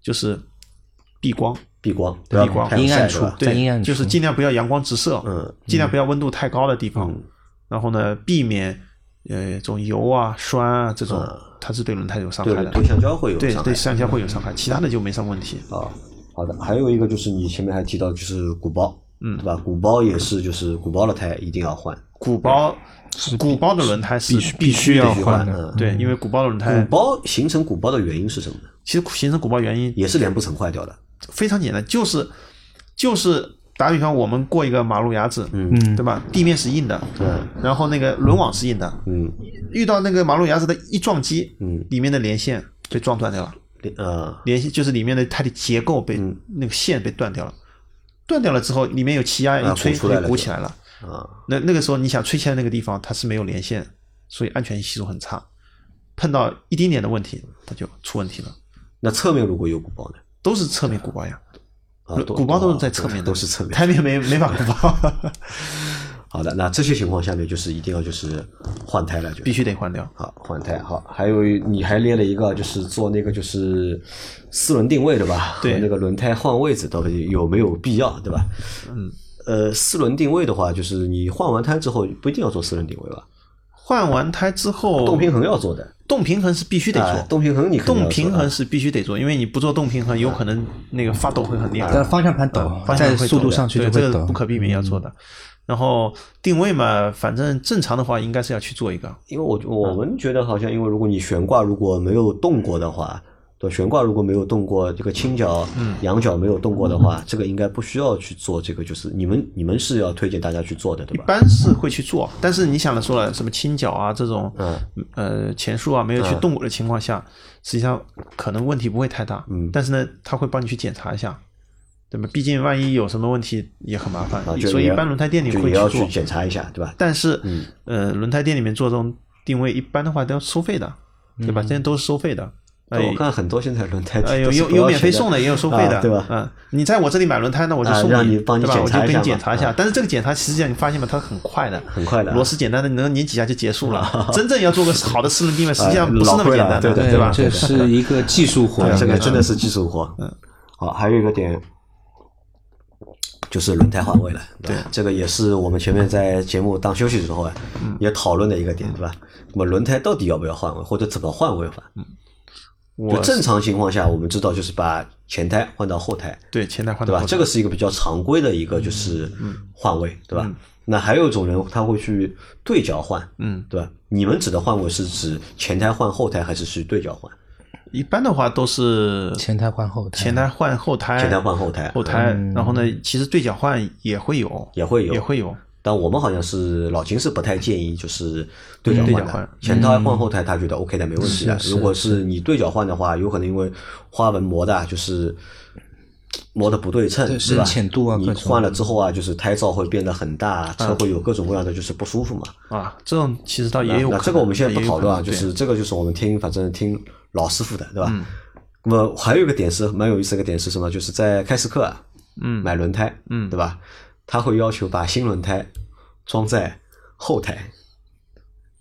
D: 就是避光，
C: 避光，不要
D: 避光
C: 太阳
E: 阴暗
C: 晒
E: 处
C: 对吧
E: 在阴暗
D: 对，就是
E: 处
D: 尽量不要阳光直射，
C: 嗯，
D: 尽量不要温度太高的地方
C: 嗯，
D: 然后呢，避免呃这种油啊、酸啊这种，它是对轮胎有伤害
C: 对
D: 的。
C: 对橡胶会有
D: 对
C: 伤害
D: 对，橡胶会有伤害，其他的就没什么问题。
C: 啊。好的，还有一个就是你前面还提到就是鼓包，嗯，对吧？鼓包也是就是鼓包的胎一定要换，
D: 鼓包，鼓包的轮胎是必须
E: 要
D: 必须
E: 换
D: 换
E: 的
D: 的，对，因为鼓包的轮
C: 鼓
D: 胎，
C: 嗯包形成鼓包的原因是什么呢？
D: 其实形成鼓包原因
C: 也是脸部层坏掉的，
D: 非常简单，就是就是打比方，我们过一个马路牙子，
E: 嗯
D: 对吧？地面是硬的，
C: 嗯
D: 然后那个轮网是硬的，
C: 嗯
D: 遇到那个马路牙子的一撞击，
C: 嗯
D: 里面的连线被撞断掉了，
C: 脸呃
D: 连线就是里面的它的结构被、
C: 嗯
D: 那个线被断掉了，断掉了之后，里面有气压
C: 啊
D: 一吹，
C: 鼓出来
D: 它
C: 了
D: 就鼓起来了。
C: 啊
D: 那那个时候你想吹气的那个地方，它是没有连线，所以安全系数很差，碰到一丁点的问题，它就出问题了。
C: 那侧面如果有鼓包呢？
D: 都是侧面鼓包呀，
C: 啊，
D: 嗯鼓包都是在侧面的，
C: 都是侧面。
D: 台面没没法鼓包， *laughs*
C: 好的，那这些情况下面就是一定要就是换胎了，就
D: 必须得换掉。
C: 好换胎。好，还有你还列了一个就是做那个就是四轮定位对吧？
D: 对
C: 和那个轮胎换位置到底有没有必要对吧？
D: 嗯，
C: 呃，四轮定位的话，就是你换完胎之后不一定要做四轮定位吧？
D: 换完胎之后，
C: 动啊平衡要做的，
D: 动平衡是必须得做，
C: 啊动平衡你肯定
D: 动
C: 要做
D: 平衡
C: 啊
D: 是必须得做，因为你不做动平衡，有可能那个发抖会很厉
C: 啊
D: 害。
E: 但方向盘抖，
D: 呃方向
E: 在
D: 会抖
E: 速度
D: 的
E: 上去就
D: 对
E: 会抖，
D: 这个不可避免要做
C: 嗯
D: 的。然后定位嘛，反正正常的话应该是要去做一个，
C: 因为我我
D: 嗯
C: 们觉得好像，因为如果你悬挂如果没有动过的话，对悬挂如果没有动过，这个倾角、
D: 嗯
C: 仰角没有动过的话，这个应该不需要去做这个，就是你们你们是要推荐大家去做的，对
D: 一
C: 吧？
D: 般是会去做。但是你想的说了，什么倾角啊这种
C: 嗯，
D: 呃前束啊没有去动过的情况下，实际上可能问题不会太大。
C: 嗯
D: 但是呢，他会帮你去检查一下，对吧？毕竟万一有什么问题也很麻烦
C: 啊，，就
D: 所以
C: 也
D: 一
C: 要
D: 般轮胎店里
C: 就
D: 会
C: 也要
D: 去
C: 去
D: 做。
C: 检查一下，对吧？
D: 但是，
C: 嗯
D: 呃，轮胎店里面做这种定位，一般的话都要收费的，对吧？现在都是收费的。哎
C: 但我看很多现在轮胎
D: 呃，
C: 都
D: 有
C: 是
D: 有
C: 不要
D: 有免费
C: 钱
D: 送的，也有收费的，
C: 啊对吧？
D: 嗯，你在我这里买轮胎，那我就
C: 啊
D: 送
C: 让你
D: 你，
C: 帮你
D: 对吧？
C: 检
D: 我
C: 查
D: 就
C: 一
D: 给
C: 下嘛
D: 你检查一
C: 啊
D: 下。但是这个检查实际上你发现吧，它很快的，
C: 很快的啊
D: 螺丝简单的，你能拧几下就结束了。真正
C: *laughs*
D: 要做个好的四轮定位，实际上不是那么简单
C: 哎老
D: 的，
C: 会了
E: 对
D: 对吧？
E: 这是一个技术活
C: 对，，啊这
E: 应
C: 个
E: 该
C: 真的是技术活。嗯，好，还有一个点就是轮胎换位了，对吧，这个也是我们前面在节目当休息的时候啊，也讨论的一个点，对吧？那么轮胎到底要不要换位，或者怎么换位法？就
D: 我
C: 正常情况下，我们知道就是把前胎换到后胎，嗯
D: 对前台换
C: 对吧？这
D: 个
C: 个是一个比较常规的一个就是换位，对吧？那还有一种人他会去对角换，
D: 嗯，
C: 对吧？你们指的换位是指前胎换后胎，还是是对角换？
D: 一般的话都是
E: 前台换后台，
D: 前台换后胎，
C: 前胎换哎后胎嗯
D: 后胎。然后呢，其实对角换也会有，
C: 也会有，
D: 也会有。
C: 但我们好像是老秦是不太建议，就是对角
D: 嗯对
C: 换
D: 角
C: 的
D: 换，嗯
C: 前胎换后胎他觉得 OK 的，没问题的。
E: 是是
C: 如果是你对角换的话，有可能因为花纹磨的啊就是磨的不对称，
E: 对
C: 是吧？
E: 深浅度啊
C: 你
E: 各种
C: 换了之后啊，就是胎噪会变得很大，
D: 嗯
C: 车会有各种各样的就是不舒服嘛。
D: 啊，这种其实倒
C: 那
D: 也有可
C: 那
D: 能。
C: 这个我们现在不
D: 也有
C: 讨论啊，
D: 可能
C: 就
D: 对嗯
C: 是这个就是我们听，反正听老师傅的，对吧？那么还有一个点是蛮有意思的一个点是什么？就是在开市客啊，
D: 嗯
C: 买轮胎，
D: 嗯
C: 对吧？他会要求把新轮胎装在后胎，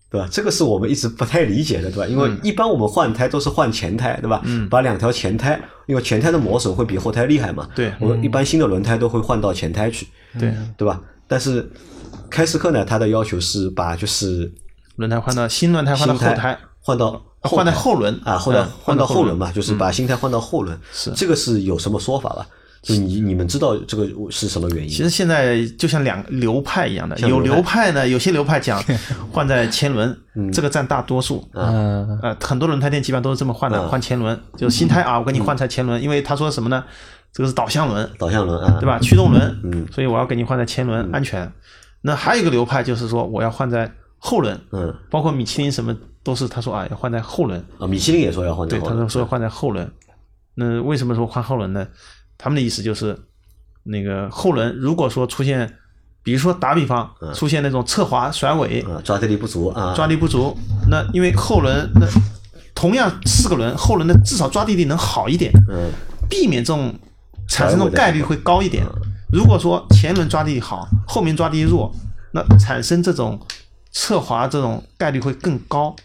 C: 对吧？这个是我们一直不太理解的，对吧？因为一般我们换胎都是换前胎，对吧？
D: 嗯
C: 把两条前胎，因为前胎的磨损会比后胎厉害嘛。
D: 对嗯
C: 我们一般新的轮胎都会换到前胎去，
D: 对
C: 对吧？但是开市客呢，他的要求是把就是
D: 轮胎换到新轮胎换到
C: 新
D: 后胎，
C: 换到
D: 啊
C: 后
D: 换到
C: 胎
D: 后轮
C: 啊，后来换
D: 嗯
C: 到
D: 换到
C: 后
D: 后
C: 轮
D: 轮嗯
C: 嘛，就是把新胎换到后轮，
D: 是
C: 这个是有什么说法吧？就你你们知道这个是什么原因？
D: 其实现在就像两流派一样的，
C: 像
D: 有
C: 流嗯
D: 流派呢，有些流派
C: *laughs*
D: 讲换在前轮，这个占大多数。
C: 啊
E: 嗯，
D: 呃，很多轮胎店基本上都是这么换的，换前轮，就是新胎
C: 嗯
D: 啊，我给你换在前轮，因为他说什么呢？这个是导向轮，
C: 导向轮啊，嗯
D: 对吧？驱动轮，所以我要给你换在前轮，安全。那还有一个流派就是说，我要换在后轮，
C: 嗯，
D: 包括米其林什么都是他说啊，要换在后轮，
C: 啊，米其林也说要换
D: 对，
C: 到后
D: 他
C: 轮
D: 们，说换在后轮。那为什么说换后轮呢？他们的意思就是，那个后轮如果说出现比如说打比方，
C: 嗯
D: 出现那种侧滑甩尾，
C: 啊，抓地力不足啊，
D: 抓地不足，那因为后轮那同样四个轮，后轮的至少抓地力能好一点，
C: 嗯，
D: 避免这种产生这种概率会高一点
C: 甩尾的。
D: 如果说前轮抓地力好，后面抓地力弱，那产生这种侧滑这种概率会更高。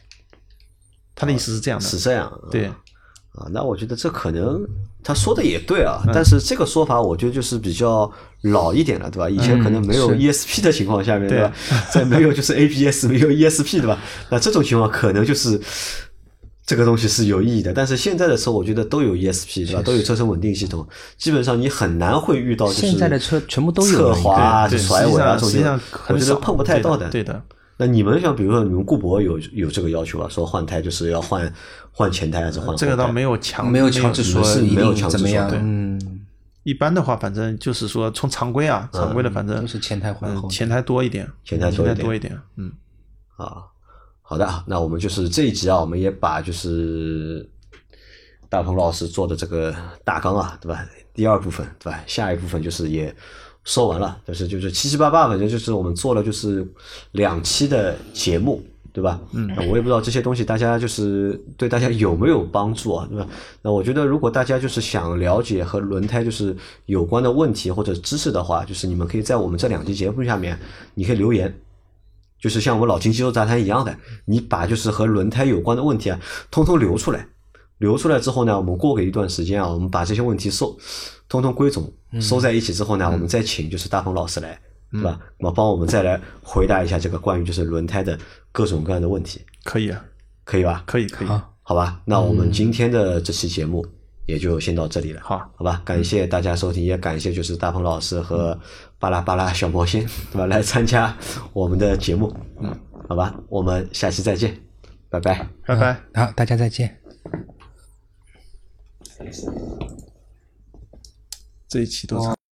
D: 他的意思是这样的，
C: 是这样。
D: 对，
C: 啊，那我觉得这可能他说的也对啊，
D: 嗯
C: 但是这个说法我觉得就是比较老一点了，对吧？以前可能没有
E: 嗯
C: ESP 的情况下面，
D: 对
C: 对吧？在没有就是
D: *laughs*
C: ABS 没有 ESP，对吧？那这种情况可能就是。这个东西是有意义的，但是现在的车我觉得都有 ESP 对吧？都有车身稳定系统，基本上你很难会遇到就是
E: 现在的车全部都有
C: 侧
E: 了
C: 滑啊、
D: 对对
C: 甩尾啊这
D: 实
C: 种情
D: 际上实际上
C: 况，
D: 很
C: 我觉
D: 少
C: 得碰不太到的。
D: 对的对的
C: 那你们像比如说你们顾博有有这个要求啊，说换胎就是要换换前胎还是换后
D: 这个倒
C: 胎
D: 没有强
E: 没有强制说
C: 是
E: 一
C: 没有
E: 定
C: 强制
E: 怎么
C: 说
E: 样，
C: 对
E: 嗯，
D: 一般的话，反正就是说从常规啊，常规的反正
E: 嗯都是前台换
D: 嗯
E: 后的
D: 前台多一点，
C: 前台多
D: 多
C: 一点
D: 一点，嗯，
C: 啊，好的啊，那我们就是这一集啊，我们也把就是大鹏老师做的这个大纲啊，对吧？第二部分对吧？下一部分就是也说完了，就是就是七七八八，反正就是我们做了就是两期的节目。对吧？嗯，那我也不知道这些东西大家就是对大家有没有帮助啊，对吧？那我觉得如果大家就是想了解和轮胎就是有关的问题或者知识的话，就是你们可以在我们这两期节目下面，你可以留言，就是像我们老金肌肉杂谈一样的，你把就是和轮胎有关的问题啊，通通留出来。留出来之后呢，我们过个一段时间啊，我们把这些问题收，通通归总，收在一起之后呢，我们再请就是大鹏老师来，对吧？那么帮我们再来回答一下这个关于就是轮胎的各种各样的问题，
D: 可以啊，
C: 可以吧？
D: 可以可以，
E: 好
C: 好吧，那我们今天的这期节目也就先到这里了。
E: 嗯
D: 好，
C: 好吧，感谢大家收听，也感谢就是大鹏老师和巴拉巴拉小魔仙，对吧？来参加我们的节目，嗯，好吧，我们下期再见，拜拜。
D: 拜拜。
E: 好，大家再见。
D: 这一期都是。